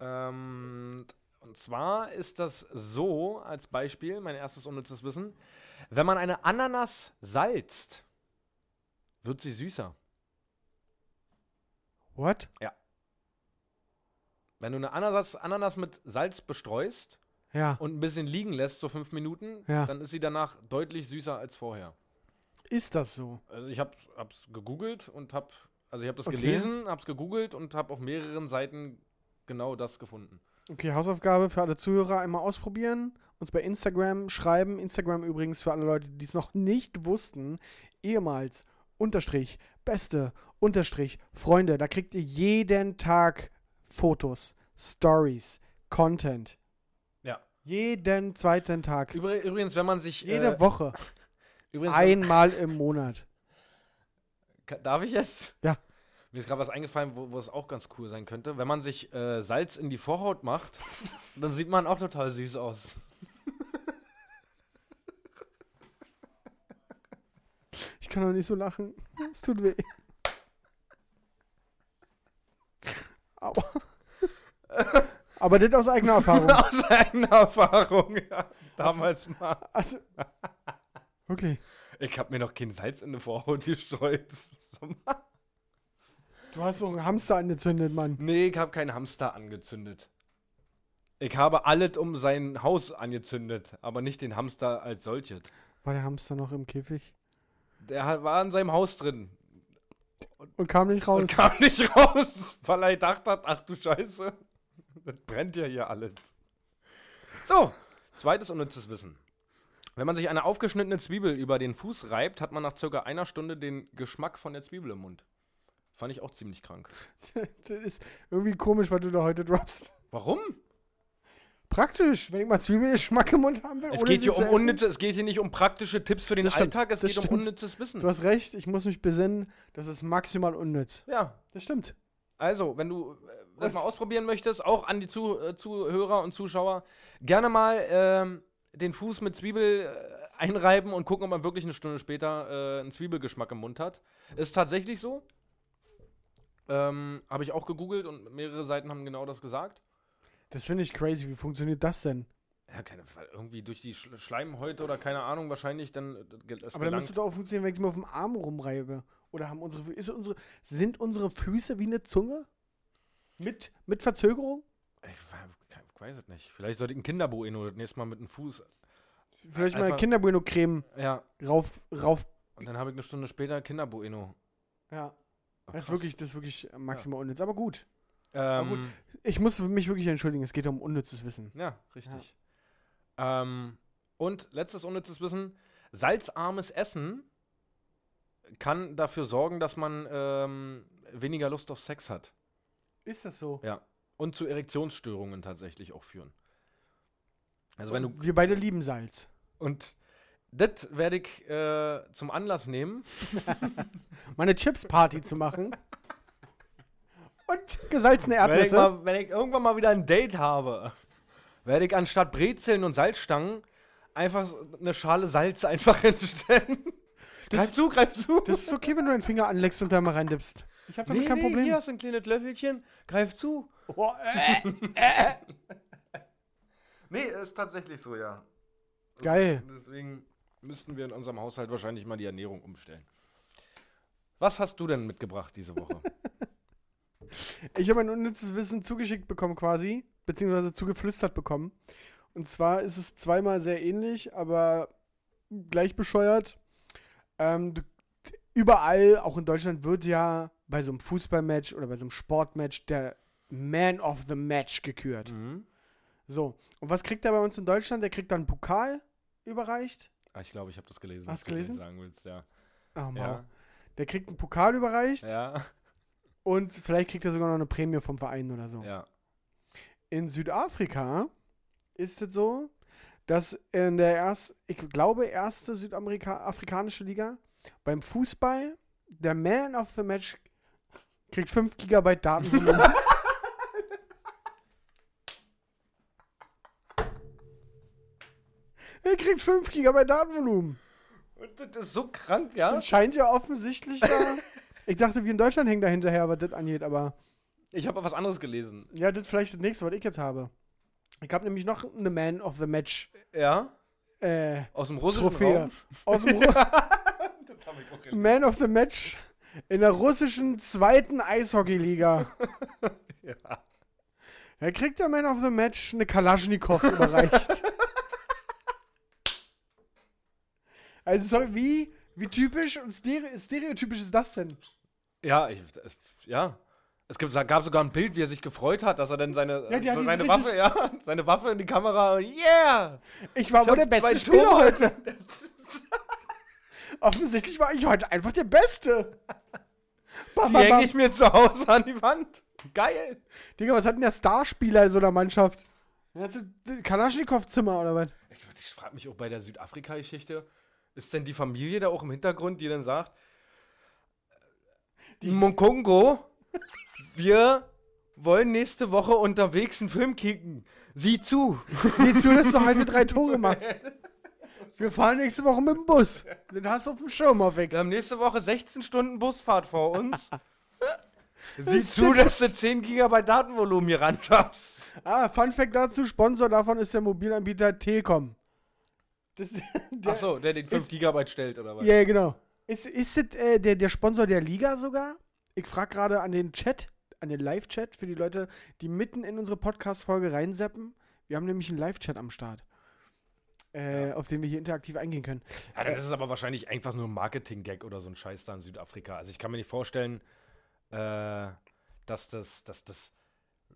Speaker 2: Ähm, und zwar ist das so, als Beispiel, mein erstes unnützes Wissen, wenn man eine Ananas salzt, wird sie süßer.
Speaker 3: What?
Speaker 2: Wenn du eine Ananas, Ananas mit Salz bestreust
Speaker 3: Ja.
Speaker 2: und ein bisschen liegen lässt, so fünf Minuten,
Speaker 3: Ja.
Speaker 2: dann ist sie danach deutlich süßer als vorher.
Speaker 3: Ist das so?
Speaker 2: Also ich habe hab's gegoogelt und habe also ich habe das
Speaker 3: Okay.
Speaker 2: gelesen, habe es gegoogelt und habe auf mehreren Seiten genau das gefunden.
Speaker 3: Okay, Hausaufgabe für alle Zuhörer einmal ausprobieren. Uns bei Instagram schreiben. Instagram übrigens für alle Leute, die es noch nicht wussten. Ehemals unterstrich beste unterstrich Freunde. Da kriegt ihr jeden Tag Fotos, Stories, Content.
Speaker 2: Ja.
Speaker 3: Jeden zweiten Tag.
Speaker 2: Übr übrigens, wenn man sich
Speaker 3: Jede
Speaker 2: äh,
Speaker 3: Woche.
Speaker 2: übrigens, wenn-
Speaker 3: Einmal im Monat.
Speaker 2: Ka- darf ich jetzt?
Speaker 3: Ja.
Speaker 2: Mir ist gerade was eingefallen, wo, wo es auch ganz cool sein könnte. Wenn man sich äh, Salz in die Vorhaut macht,
Speaker 3: <laughs>
Speaker 2: dann sieht man auch total süß aus. <laughs>
Speaker 3: Ich kann doch nicht so lachen. Es tut weh. Aua. Aber das aus eigener Erfahrung.
Speaker 2: Aus eigener Erfahrung, ja. Damals mal.
Speaker 3: Also, wirklich.
Speaker 2: Ich hab mir noch kein Salz in die Vorhaut gestreut.
Speaker 3: Du hast doch einen Hamster angezündet, Mann.
Speaker 2: nee, ich hab keinen Hamster angezündet. Ich habe alles um sein Haus angezündet, aber nicht den Hamster als solches.
Speaker 3: War der Hamster noch im Käfig?
Speaker 2: Der ha- war in seinem Haus drin
Speaker 3: Und kam nicht raus.
Speaker 2: und kam nicht raus, <laughs> weil er gedacht hat, ach du Scheiße, <laughs> das brennt ja hier alles. So, zweites unnützes Wissen. Wenn man sich eine aufgeschnittene Zwiebel über den Fuß reibt, hat man nach circa einer Stunde den Geschmack von der Zwiebel im Mund. Fand ich auch ziemlich krank.
Speaker 3: <laughs> das ist irgendwie komisch, was du da heute droppst.
Speaker 2: Warum?
Speaker 3: Praktisch, wenn ich mal Zwiebelgeschmack im Mund haben will.
Speaker 2: Es
Speaker 3: ohne
Speaker 2: geht,
Speaker 3: sie
Speaker 2: hier
Speaker 3: zu
Speaker 2: um
Speaker 3: essen.
Speaker 2: unnütze, es geht hier nicht um praktische Tipps für den
Speaker 3: Das stimmt,
Speaker 2: Alltag, es
Speaker 3: das
Speaker 2: geht um
Speaker 3: stimmt.
Speaker 2: unnützes Wissen.
Speaker 3: Du hast recht, ich muss mich besinnen. Das ist maximal unnütz.
Speaker 2: Ja,
Speaker 3: Das stimmt.
Speaker 2: Also, wenn du äh, das mal ausprobieren möchtest, auch an die Zu äh, Zuhörer und Zuschauer, gerne mal ähm, den Fuß mit Zwiebel äh, einreiben und gucken, ob man wirklich eine Stunde später äh, einen Zwiebelgeschmack im Mund hat. Ist tatsächlich so. Ähm, Habe ich auch gegoogelt und mehrere Seiten haben genau das gesagt.
Speaker 3: Das finde ich crazy. Wie funktioniert das denn?
Speaker 2: Ja, keine Fall. Irgendwie durch die Sch Schleimhäute oder keine Ahnung, wahrscheinlich dann. äh, ge- es
Speaker 3: Aber dann
Speaker 2: gelangt.
Speaker 3: müsste doch auch funktionieren, wenn ich es mir auf dem Arm rumreibe. Oder haben unsere, Fü- ist unsere, sind unsere Füße wie eine Zunge? Mit, mit Verzögerung?
Speaker 2: Ich we- ke- ich weiß es nicht. Vielleicht sollte ich ein Kinderbueno das nächste Mal mit dem Fuß.
Speaker 3: Vielleicht mal
Speaker 2: Einfach-
Speaker 3: Kinderbueno-Creme
Speaker 2: Ja,
Speaker 3: rauf, rauf.
Speaker 2: und dann habe ich eine Stunde später Kinderbueno.
Speaker 3: Ja,
Speaker 2: Ach,
Speaker 3: das ist
Speaker 2: krass.
Speaker 3: wirklich, das ist wirklich maximal unnütz. Aber gut.
Speaker 2: Ähm,
Speaker 3: gut. Ich muss mich wirklich entschuldigen, es geht um unnützes Wissen.
Speaker 2: Ja, richtig. Ähm, und letztes unnützes Wissen: Salzarmes Essen kann dafür sorgen, dass man ähm, weniger Lust auf Sex hat.
Speaker 3: Ist das so?
Speaker 2: Ja. Und zu Erektionsstörungen tatsächlich auch führen. Also, wenn du.
Speaker 3: Wir beide lieben Salz.
Speaker 2: Und das werde ich äh, zum Anlass nehmen.
Speaker 3: Meine Chips-Party zu
Speaker 2: <laughs>
Speaker 3: machen. Und gesalzene
Speaker 2: Wenn ich,
Speaker 3: Erdnüsse.
Speaker 2: mal, wenn ich irgendwann mal wieder ein Date habe, <laughs> werde ich anstatt Brezeln und Salzstangen einfach so eine Schale Salz einfach <laughs> hinstellen.
Speaker 3: Das-
Speaker 2: greif zu, greif zu.
Speaker 3: Das ist okay, wenn du deinen Finger anleckst und da mal reindippst. Ich habe damit
Speaker 2: Nee,
Speaker 3: kein
Speaker 2: nee,
Speaker 3: Problem.
Speaker 2: Hier hast du ein kleines Löffelchen, greif zu.
Speaker 3: Oh, äh.
Speaker 2: Nee, ist tatsächlich so, ja.
Speaker 3: Geil.
Speaker 2: Deswegen müssten wir in unserem Haushalt wahrscheinlich mal die Ernährung umstellen. Was hast du denn mitgebracht diese
Speaker 3: <laughs>
Speaker 2: Woche?
Speaker 3: Ich habe ein unnützes Wissen zugeschickt bekommen quasi, beziehungsweise zugeflüstert bekommen. Und zwar ist es zweimal sehr ähnlich, aber gleich bescheuert. Ähm, du, überall, auch in Deutschland, wird ja bei so einem Fußballmatch oder bei so einem Sportmatch der Man of the Match gekürt.
Speaker 2: mhm.
Speaker 3: So, und was kriegt er bei uns in Deutschland? Der kriegt dann einen Pokal überreicht.
Speaker 2: ah, ich glaube, ich habe das gelesen.
Speaker 3: Hast
Speaker 2: was du
Speaker 3: gelesen?
Speaker 2: Sagen willst, ja.
Speaker 3: Oh, Mann.
Speaker 2: Ja.
Speaker 3: Der kriegt einen Pokal überreicht
Speaker 2: ja,
Speaker 3: und vielleicht kriegt er sogar noch eine Prämie vom Verein oder so.
Speaker 2: ja.
Speaker 3: In Südafrika ist es so, dass in der erst, ich glaube, erste südafrikanische Liga beim Fußball der Man of the Match kriegt 5 Gigabyte <laughs> Datenvolumen. er kriegt 5 Gigabyte Datenvolumen.
Speaker 2: Und das ist so krank, ja?
Speaker 3: Das scheint ja offensichtlich <laughs> da. Ich dachte, wir in Deutschland hängen da hinterher, was das angeht, aber
Speaker 2: Ich habe was anderes gelesen.
Speaker 3: ja, das ist vielleicht das nächste, was ich jetzt habe. Ich habe nämlich noch eine Man of the Match
Speaker 2: Ja?
Speaker 3: äh,
Speaker 2: Aus dem russischen
Speaker 3: Trophäe
Speaker 2: Raum.
Speaker 3: aus
Speaker 2: <laughs>
Speaker 3: dem Ru
Speaker 2: Das hab ich auch gelesen.
Speaker 3: Man of the Match in der russischen zweiten Eishockeyliga.
Speaker 2: Ja.
Speaker 3: Da kriegt der Man of the Match eine Kalaschnikow
Speaker 2: <laughs>
Speaker 3: überreicht. also sorry, wie, wie typisch und stere stereotypisch ist das denn?
Speaker 2: Ja, ich, es- ja. Es gibt, gab sogar ein Bild, wie er sich gefreut hat, dass er dann seine,
Speaker 3: Ja, die hat
Speaker 2: seine,
Speaker 3: dieses
Speaker 2: Waffe, ja, <laughs> seine Waffe in die Kamera und yeah!
Speaker 3: Ich war wohl der
Speaker 2: hab zwei
Speaker 3: beste Spieler
Speaker 2: Tore.
Speaker 3: heute.
Speaker 2: <laughs>
Speaker 3: Offensichtlich war ich heute einfach der Beste. Bam,
Speaker 2: Die
Speaker 3: bam,
Speaker 2: hänge
Speaker 3: bam.
Speaker 2: ich mir zu Hause an die Wand. Geil!
Speaker 3: Digga, was hat denn der Starspieler in so einer Mannschaft? Der hat so ein Kalaschnikow-Zimmer oder was?
Speaker 2: Ich, ich frage mich auch bei der Südafrika-Geschichte, ist denn die Familie da auch im Hintergrund, die dann sagt, die Mokongo, wir wollen nächste Woche unterwegs einen Film kicken. Sieh zu!
Speaker 3: Sieh zu, dass du heute drei Tore machst. Wir fahren nächste Woche mit dem Bus. Den hast du auf dem Schirm auf weg.
Speaker 2: Wir haben nächste Woche 16 Stunden Busfahrt vor uns.
Speaker 3: <laughs>
Speaker 2: Sieh
Speaker 3: ist
Speaker 2: zu,
Speaker 3: das-
Speaker 2: dass du 10 GB Datenvolumen hier ran schaffst.
Speaker 3: Ah, Fun Fact dazu: Sponsor davon ist der Mobilanbieter Telekom. Das, <laughs> der,
Speaker 2: Ach so, der den 5
Speaker 3: ist-
Speaker 2: Gigabyte stellt oder was?
Speaker 3: Ja, ja, genau. Ist, ist das äh, der, der Sponsor der Liga sogar? Ich frage gerade an den Chat, an den Live-Chat für die Leute, die mitten in unsere Podcast-Folge reinseppen. Wir haben nämlich einen Live-Chat am Start, äh, auf den wir hier interaktiv eingehen können.
Speaker 2: Ja, dann ist es aber wahrscheinlich einfach nur ein Marketing-Gag oder so ein Scheiß da in Südafrika. Also ich kann mir nicht vorstellen, äh, dass das, dass das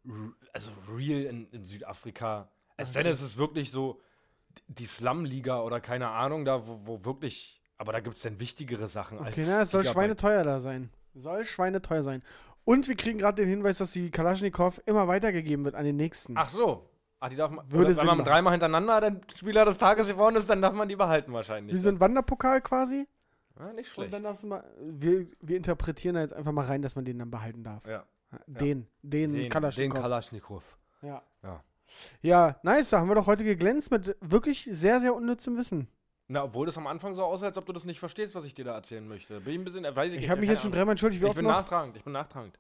Speaker 2: r- also real in, in Südafrika. Es sei denn, es ist wirklich so die Slum-Liga oder keine Ahnung, da wo, wo wirklich. Aber da gibt es dann wichtigere Sachen als.
Speaker 3: Okay, na, es soll
Speaker 2: Gigabyte.
Speaker 3: schweineteuer da sein. Soll schweineteuer sein. Und wir kriegen gerade den Hinweis, dass die Kalaschnikow immer weitergegeben wird an den nächsten.
Speaker 2: Ach so. Ah, die darf man.
Speaker 3: Würde
Speaker 2: Würde wenn
Speaker 3: Sinn
Speaker 2: man
Speaker 3: machen.
Speaker 2: dreimal hintereinander dann Spieler des Tages geworden ist, dann darf man die behalten wahrscheinlich.
Speaker 3: Wie so ein Wanderpokal quasi.
Speaker 2: ja, nicht
Speaker 3: Und
Speaker 2: schlecht.
Speaker 3: dann darfst du mal. Wir, wir interpretieren da jetzt einfach mal rein, dass man den dann behalten darf.
Speaker 2: Ja.
Speaker 3: Den, den,
Speaker 2: Den, den
Speaker 3: Kalaschnikow.
Speaker 2: Kalaschnikow.
Speaker 3: Ja.
Speaker 2: Ja.
Speaker 3: Ja, nice. Da haben wir doch heute geglänzt mit wirklich sehr, sehr unnützem Wissen.
Speaker 2: Na, obwohl das am Anfang so aussah, als ob du das nicht verstehst, was ich dir da erzählen möchte. Bin ich ein bisschen, äh, weiß ich,
Speaker 3: Ich
Speaker 2: nicht,
Speaker 3: habe mich
Speaker 2: keine
Speaker 3: jetzt schon
Speaker 2: Ahnung.
Speaker 3: dreimal entschuldigt. Wie
Speaker 2: Ich
Speaker 3: oft
Speaker 2: bin
Speaker 3: noch?
Speaker 2: nachtragend, ich bin nachtragend.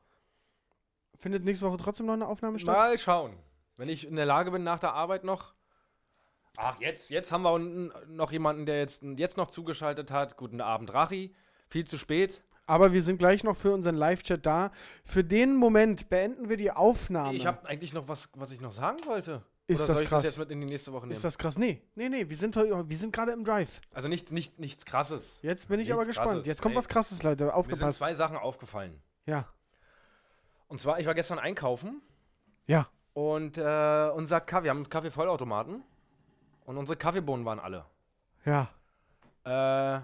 Speaker 3: Findet nächste Woche trotzdem noch eine Aufnahme statt?
Speaker 2: Mal schauen. Wenn ich in der Lage bin, nach der Arbeit noch. Ach, jetzt, jetzt haben wir unten noch jemanden, der jetzt, jetzt noch zugeschaltet hat. Guten Abend, Rachi. Viel zu spät.
Speaker 3: Aber wir sind gleich noch für unseren Live-Chat da. Für den Moment beenden wir die Aufnahme.
Speaker 2: Ich habe eigentlich noch was, was ich noch sagen wollte.
Speaker 3: Ist
Speaker 2: Oder
Speaker 3: das
Speaker 2: soll ich
Speaker 3: krass.
Speaker 2: das jetzt mit in die nächste Woche nehmen?
Speaker 3: Ist das krass? Nee, nee, nee. Wir sind, heu- wir sind gerade im Drive.
Speaker 2: also nichts, nichts, nichts krasses.
Speaker 3: Jetzt bin ich
Speaker 2: Nichts
Speaker 3: aber gespannt.
Speaker 2: Krasses,
Speaker 3: Jetzt kommt
Speaker 2: nee.
Speaker 3: was Krasses, Leute.
Speaker 2: Mir sind
Speaker 3: Aufgepasst.
Speaker 2: zwei Sachen aufgefallen.
Speaker 3: Ja,
Speaker 2: Und zwar, ich war gestern einkaufen
Speaker 3: ja.
Speaker 2: und äh, unser Kaffee, wir haben einen Kaffeevollautomaten und unsere Kaffeebohnen waren alle.
Speaker 3: Ja.
Speaker 2: Äh,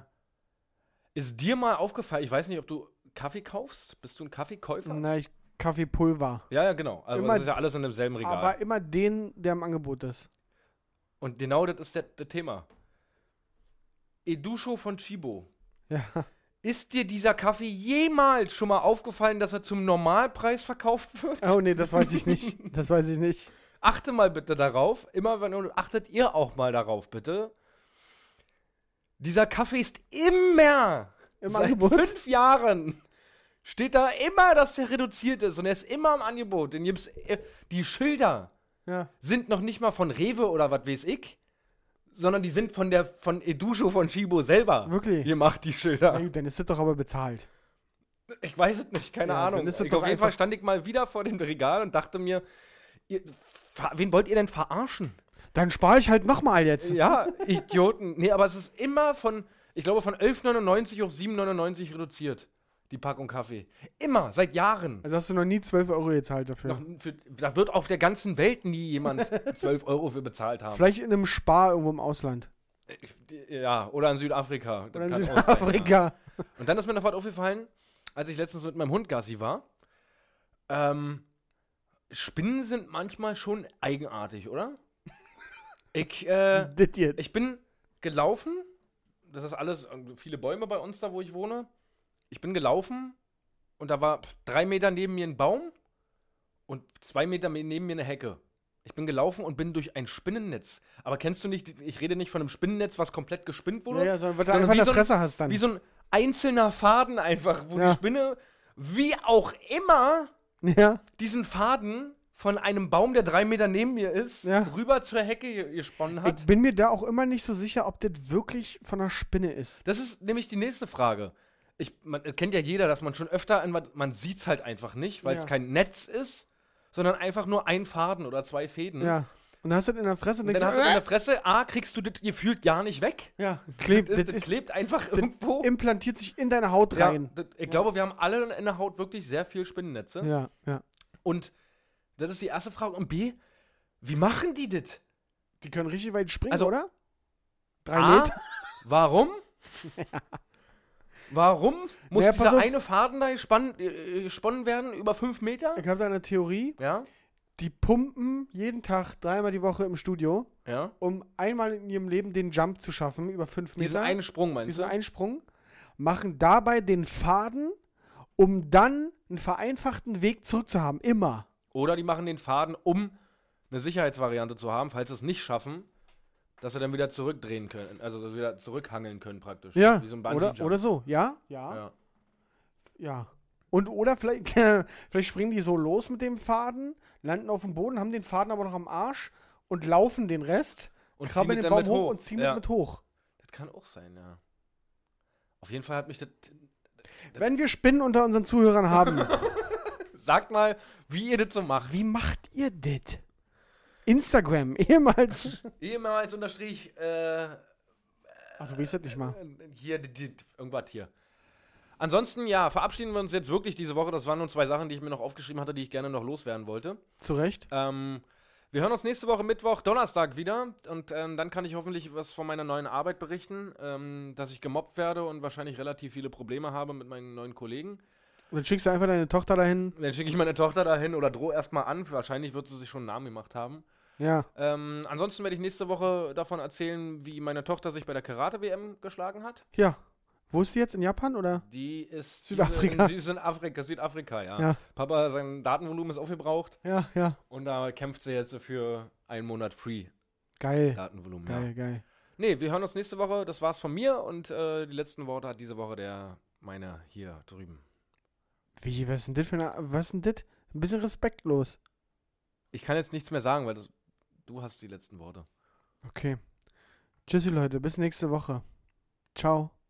Speaker 2: ist dir mal aufgefallen, ich weiß nicht, ob du Kaffee kaufst? Bist du ein Kaffeekäufer?
Speaker 3: Na, ich Kaffeepulver.
Speaker 2: Ja, ja, genau. Also
Speaker 3: Immer-
Speaker 2: das ist ja alles in demselben Regal.
Speaker 3: Aber immer den, der im Angebot ist.
Speaker 2: Und genau das ist das das Thema. Edusho von Chibo.
Speaker 3: Ja. <laughs>
Speaker 2: Ist dir dieser Kaffee jemals schon mal aufgefallen, dass er zum Normalpreis verkauft wird?
Speaker 3: Oh nee, das weiß ich
Speaker 2: <laughs>
Speaker 3: nicht. Das weiß ich nicht.
Speaker 2: Achte mal bitte darauf. Immer wenn und achtet ihr auch mal darauf, bitte. Dieser Kaffee ist immer
Speaker 3: Im
Speaker 2: seit
Speaker 3: Angebot?
Speaker 2: fünf Jahren steht da immer, dass der reduziert ist und er ist immer im Angebot. Den gibt's, äh, die Schilder
Speaker 3: Ja.
Speaker 2: sind noch nicht mal von Rewe oder was weiß ich, sondern die sind von der von Edusho von Shibo selber.
Speaker 3: Wirklich?
Speaker 2: Ihr macht die Schilder.
Speaker 3: Na gut, dann ist das doch aber bezahlt.
Speaker 2: Ich weiß es nicht, keine
Speaker 3: Ja,
Speaker 2: Ahnung.
Speaker 3: dann ist es
Speaker 2: ich
Speaker 3: doch
Speaker 2: auf jeden Fall
Speaker 3: einfach-
Speaker 2: stand ich mal wieder vor dem Regal und dachte mir, ihr, ver- wen wollt ihr denn verarschen?
Speaker 3: Dann spare ich halt nochmal jetzt.
Speaker 2: Ja, Idioten. Nee, aber es ist immer von, ich glaube, von 11,99 auf 7,99 reduziert. Die Packung Kaffee. Immer, seit Jahren.
Speaker 3: Also hast du noch nie 12 Euro gezahlt dafür.
Speaker 2: Noch für, da wird auf der ganzen Welt nie
Speaker 3: <laughs>
Speaker 2: jemand 12 Euro für bezahlt haben.
Speaker 3: Vielleicht in einem Spar irgendwo im Ausland.
Speaker 2: Ja, oder in Südafrika. Das
Speaker 3: Oder in
Speaker 2: kann auch sein, ja.
Speaker 3: <laughs> Südafrika.
Speaker 2: Und dann ist mir noch was aufgefallen, als ich letztens mit meinem Hund Gassi war. Ähm, Spinnen sind manchmal schon eigenartig, oder? Ich, äh,
Speaker 3: Das jetzt.
Speaker 2: Ich bin gelaufen. Das ist alles äh, viele Bäume bei uns da, wo ich wohne. Ich bin gelaufen und da war pf, drei Meter neben mir ein Baum und zwei Meter me- neben mir eine Hecke. Ich bin gelaufen und bin durch ein Spinnennetz. Aber kennst du nicht, ich rede nicht von einem Spinnennetz, was komplett gespinnt wurde,
Speaker 3: ja, ja, sondern weil du einfach
Speaker 2: sondern wie
Speaker 3: eine
Speaker 2: so ein-
Speaker 3: Fresse hast dann.
Speaker 2: wie so ein einzelner Faden einfach, wo
Speaker 3: Ja.
Speaker 2: die Spinne, wie auch immer,
Speaker 3: ja.
Speaker 2: diesen Faden von einem Baum, der drei Meter neben mir ist,
Speaker 3: Ja.
Speaker 2: rüber zur Hecke ge- gesponnen hat.
Speaker 3: Ich bin mir da auch immer nicht so sicher, ob das wirklich von einer Spinne ist.
Speaker 2: Das ist nämlich die nächste Frage. Ich, man kennt ja jeder, dass man schon öfter an was- man sieht's halt einfach nicht, weil es
Speaker 3: Ja.
Speaker 2: kein Netz ist, sondern einfach nur ein Faden oder zwei Fäden.
Speaker 3: Ja. Und dann hast du das in der Fresse und
Speaker 2: Mhm. Und
Speaker 3: denkst,
Speaker 2: dann hast du
Speaker 3: äh,
Speaker 2: in der Fresse, A, kriegst du das gefühlt gar nicht weg.
Speaker 3: ja, klebt,
Speaker 2: das,
Speaker 3: das,
Speaker 2: ist- das
Speaker 3: ist,
Speaker 2: klebt einfach irgendwo.
Speaker 3: implantiert sich in deine Haut
Speaker 2: Ja,
Speaker 3: rein.
Speaker 2: das, ich glaube, wir haben alle in der Haut wirklich sehr viel Spinnennetze.
Speaker 3: Ja, ja.
Speaker 2: Und das ist die erste Frage. Und B, wie machen die das?
Speaker 3: Die können richtig weit springen,
Speaker 2: Also-
Speaker 3: oder? Drei
Speaker 2: A,
Speaker 3: Meter?
Speaker 2: warum? Warum muss
Speaker 3: Naja, pass
Speaker 2: dieser
Speaker 3: auf.
Speaker 2: eine Faden da gespann- äh, gesponnen werden über fünf Meter?
Speaker 3: Ich habe da eine Theorie.
Speaker 2: Ja,
Speaker 3: Die pumpen jeden Tag dreimal die Woche im Studio,
Speaker 2: ja.
Speaker 3: um einmal in ihrem Leben den Jump zu schaffen, über fünf Meter.
Speaker 2: Diesen einen ne? Sprung meinst
Speaker 3: diesen
Speaker 2: du?
Speaker 3: Einsprung, machen dabei den Faden, um dann einen vereinfachten Weg zurückzuhaben. Immer.
Speaker 2: Oder die machen den Faden, um eine Sicherheitsvariante zu haben, falls sie es nicht schaffen, dass sie dann wieder zurückdrehen können, also wieder zurückhangeln können praktisch.
Speaker 3: Ja.
Speaker 2: Wie so ein
Speaker 3: oder,
Speaker 2: Bungee-Jump.
Speaker 3: oder so, ja? Ja. Ja.
Speaker 2: Ja.
Speaker 3: Und oder vielleicht, <laughs> vielleicht springen die so los mit dem Faden, landen auf dem Boden, haben den Faden aber noch am Arsch und laufen den Rest.
Speaker 2: und
Speaker 3: krabbeln den
Speaker 2: zieh mit
Speaker 3: Baum
Speaker 2: damit
Speaker 3: hoch und ziehen
Speaker 2: ja.
Speaker 3: mit hoch.
Speaker 2: Das kann auch sein, ja. Auf jeden Fall hat mich das.
Speaker 3: Wenn wir Spinnen unter unseren Zuhörern
Speaker 2: <laughs>
Speaker 3: haben,
Speaker 2: Sagt mal, wie ihr das so macht.
Speaker 3: wie macht ihr das? Instagram, ehemals.
Speaker 2: Ehemals unterstrich, äh,
Speaker 3: Ach, du weißt das nicht mal.
Speaker 2: hier, die, die, irgendwas hier. Ansonsten, ja, verabschieden wir uns jetzt wirklich diese Woche. Das waren nur zwei Sachen, die ich mir noch aufgeschrieben hatte, die ich gerne noch loswerden wollte.
Speaker 3: Zu Recht.
Speaker 2: Ähm, wir hören uns nächste Woche Mittwoch, Donnerstag wieder. Und ähm, dann kann ich hoffentlich was von meiner neuen Arbeit berichten, ähm, dass ich gemobbt werde und wahrscheinlich relativ viele Probleme habe mit meinen neuen Kollegen.
Speaker 3: Und dann schickst du einfach deine Tochter dahin.
Speaker 2: Dann schicke ich meine Tochter dahin oder drohe erstmal an. Wahrscheinlich wird sie sich schon einen Namen gemacht haben.
Speaker 3: Ja.
Speaker 2: Ähm, ansonsten werde ich nächste Woche davon erzählen, wie meine Tochter sich bei der Karate-WM geschlagen hat.
Speaker 3: Ja. Wo ist die jetzt? In Japan oder?
Speaker 2: Die ist.
Speaker 3: Südafrika.
Speaker 2: Sie ist in Afrika, Südafrika, ja.
Speaker 3: Ja.
Speaker 2: Papa, sein Datenvolumen ist aufgebraucht
Speaker 3: Ja, ja.
Speaker 2: und da kämpft sie jetzt für einen Monat Free
Speaker 3: Geil.
Speaker 2: Datenvolumen. Ja.
Speaker 3: Geil, geil.
Speaker 2: Nee, wir hören uns nächste Woche. Das war's von mir und äh, die letzten Worte hat diese Woche der meiner hier drüben.
Speaker 3: Wie, was ist denn das für eine. Was ist denn das? Ein bisschen respektlos.
Speaker 2: Ich kann jetzt nichts mehr sagen, weil das, du hast die letzten Worte.
Speaker 3: Okay. Tschüssi, Leute. Bis nächste Woche. Ciao.